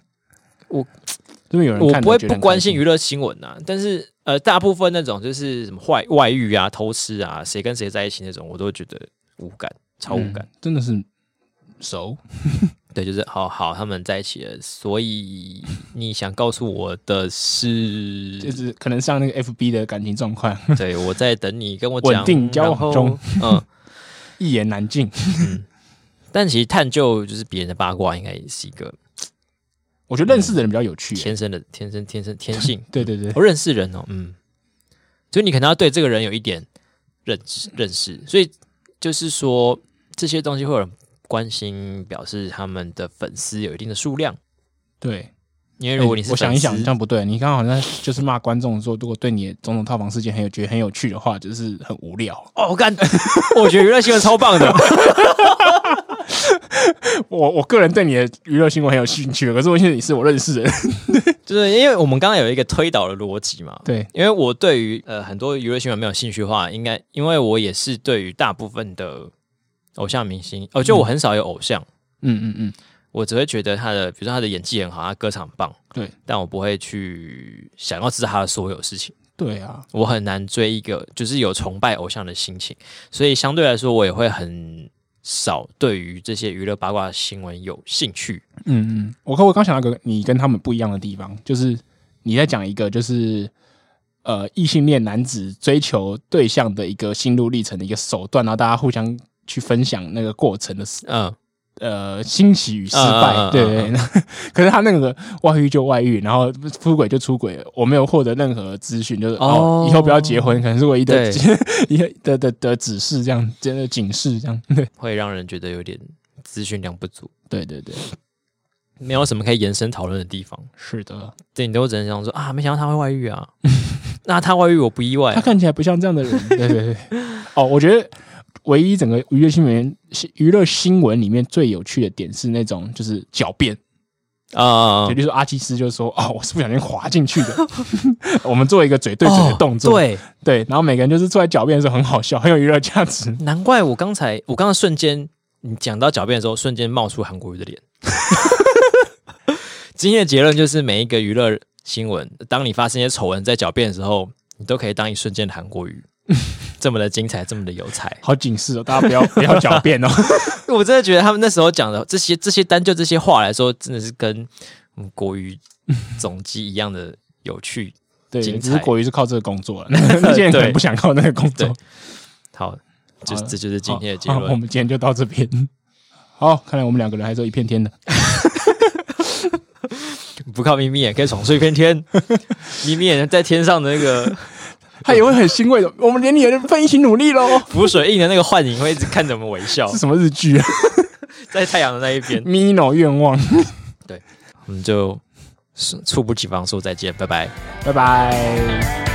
S1: 我
S2: 这边有人
S1: 我
S2: 看
S1: 不会
S2: 了觉得
S1: 不
S2: 很
S1: 关
S2: 开
S1: 心娱乐新闻呐、但是呃大部分那种就是什么坏外遇啊、偷吃啊、谁跟谁在一起那种，我都觉得无感，超无
S2: 嗯
S1: 感。嗯
S2: 真的是熟。
S1: 对，就是好好他们在一起了，所以你想告诉我的是，
S2: 就是可能像那个 FB 的感情状况，
S1: 对我在等你跟我
S2: 稳
S1: 讲
S2: 定交往。中
S1: 然后嗯，
S2: 一言难尽。
S1: 但其实探究就是别人的八卦，应该也是一个
S2: 我觉得认识的人比较有趣。。
S1: 天生的、天生、天生、天性
S2: 对对对，
S1: 我认识人哦，嗯，所以你可能要对这个人有一点认知、认识。所以就是说，这些东西会有人关心，表示他们的粉丝有一定的数量。
S2: 对。
S1: 因为如果你是
S2: 哎我
S1: 粉丝、
S2: 想一想，这样不对。你刚刚好像就是骂观众说，如果对你的总统套房事件很有觉得很有趣的话，就是很无聊。
S1: 哦，我干， 我觉得娱乐新闻超棒的。
S2: 我我个人对你的娱乐新闻很有兴趣，可是问题是你是我认识的人。
S1: 就是因为我们刚刚有一个推导的逻辑嘛，
S2: 对，
S1: 因为我对于呃很多娱乐新闻没有兴趣的话，应该因为我也是对于大部分的偶像明星，哦，就我很少有偶像，
S2: 嗯嗯嗯，
S1: 我只会觉得他的，比如说他的演技很好，他歌唱很棒，
S2: 对
S1: 但我不会去想要知道他的所有事情，
S2: 对啊，
S1: 我很难追一个就是有崇拜偶像的心情，所以相对来说，我也会很少对于这些娱乐八卦新闻有兴趣。
S2: 嗯嗯。我刚我刚想到一个你跟他们不一样的地方，就是你在讲一个就是呃异性恋男子追求对象的一个心路历程的一个手段，然后大家互相去分享那个过程的
S1: 嗯，
S2: 呃欣喜与失败，
S1: 嗯嗯嗯嗯
S2: 对对对可是他那个外遇就外遇，然后出轨就出轨，我没有获得任何资讯，就是哦
S1: 哦
S2: 以后不要结婚，可能是唯一的
S1: 对
S2: 一的的的的指示，这样真的警示，这样 对
S1: 会让人觉得有点资讯量不足，
S2: 对对对，
S1: 没有什么可以延伸讨论的地方。
S2: 是的，
S1: 对你都只能想说啊，没想到他会外遇啊， 那他外遇我不意外
S2: 他看起来不像这样的人， 对对对，哦，我觉得。唯一整个娱乐新闻娱乐新闻里面最有趣的点是那种就是狡辩，
S1: 啊
S2: 就比如说阿基斯就说哦我是不小心滑进去 的，我们做一个嘴对嘴的动作，
S1: 哦对，
S2: 对，然后每个人就是出来狡辩的时候很好笑，很有娱乐价值。
S1: 难怪我刚才我刚刚瞬间你讲到狡辩的时候，瞬间冒出韩国瑜的脸。 今天的结论就是，每一个娱乐新闻，当你发生一些丑闻在狡辩的时候，你都可以当一瞬间的韩国 瑜，这么的精彩，这么的有才。
S2: 好警示哦，大 家不要不要狡辩哦。
S1: 我真的觉得他们那时候讲的这些这些单就这些话来说，真的是跟嗯国瑜总机一样的有趣
S2: 对，
S1: 精彩
S2: 只是国瑜是靠这个工作了，那些人可能不想靠那个工作
S1: 对。好，就
S2: 好了
S1: 这就是今天的结
S2: 好好我
S1: 论。
S2: 们今天就到这边。好，看来我们两个人还是有一片天的。
S1: 不靠眯眯眼可以闯睡一片 天，眯眯眼在天上的那个
S2: 他也会很欣慰的，我们连你的份一起努力喽。
S1: 浮水印的那个幻影会一直看着我们微笑
S2: 是，什么日剧啊？
S1: 在太阳的那一边，
S2: 《Mino 愿望》，
S1: 我们就是猝不及防说再见，拜拜。
S2: 拜拜。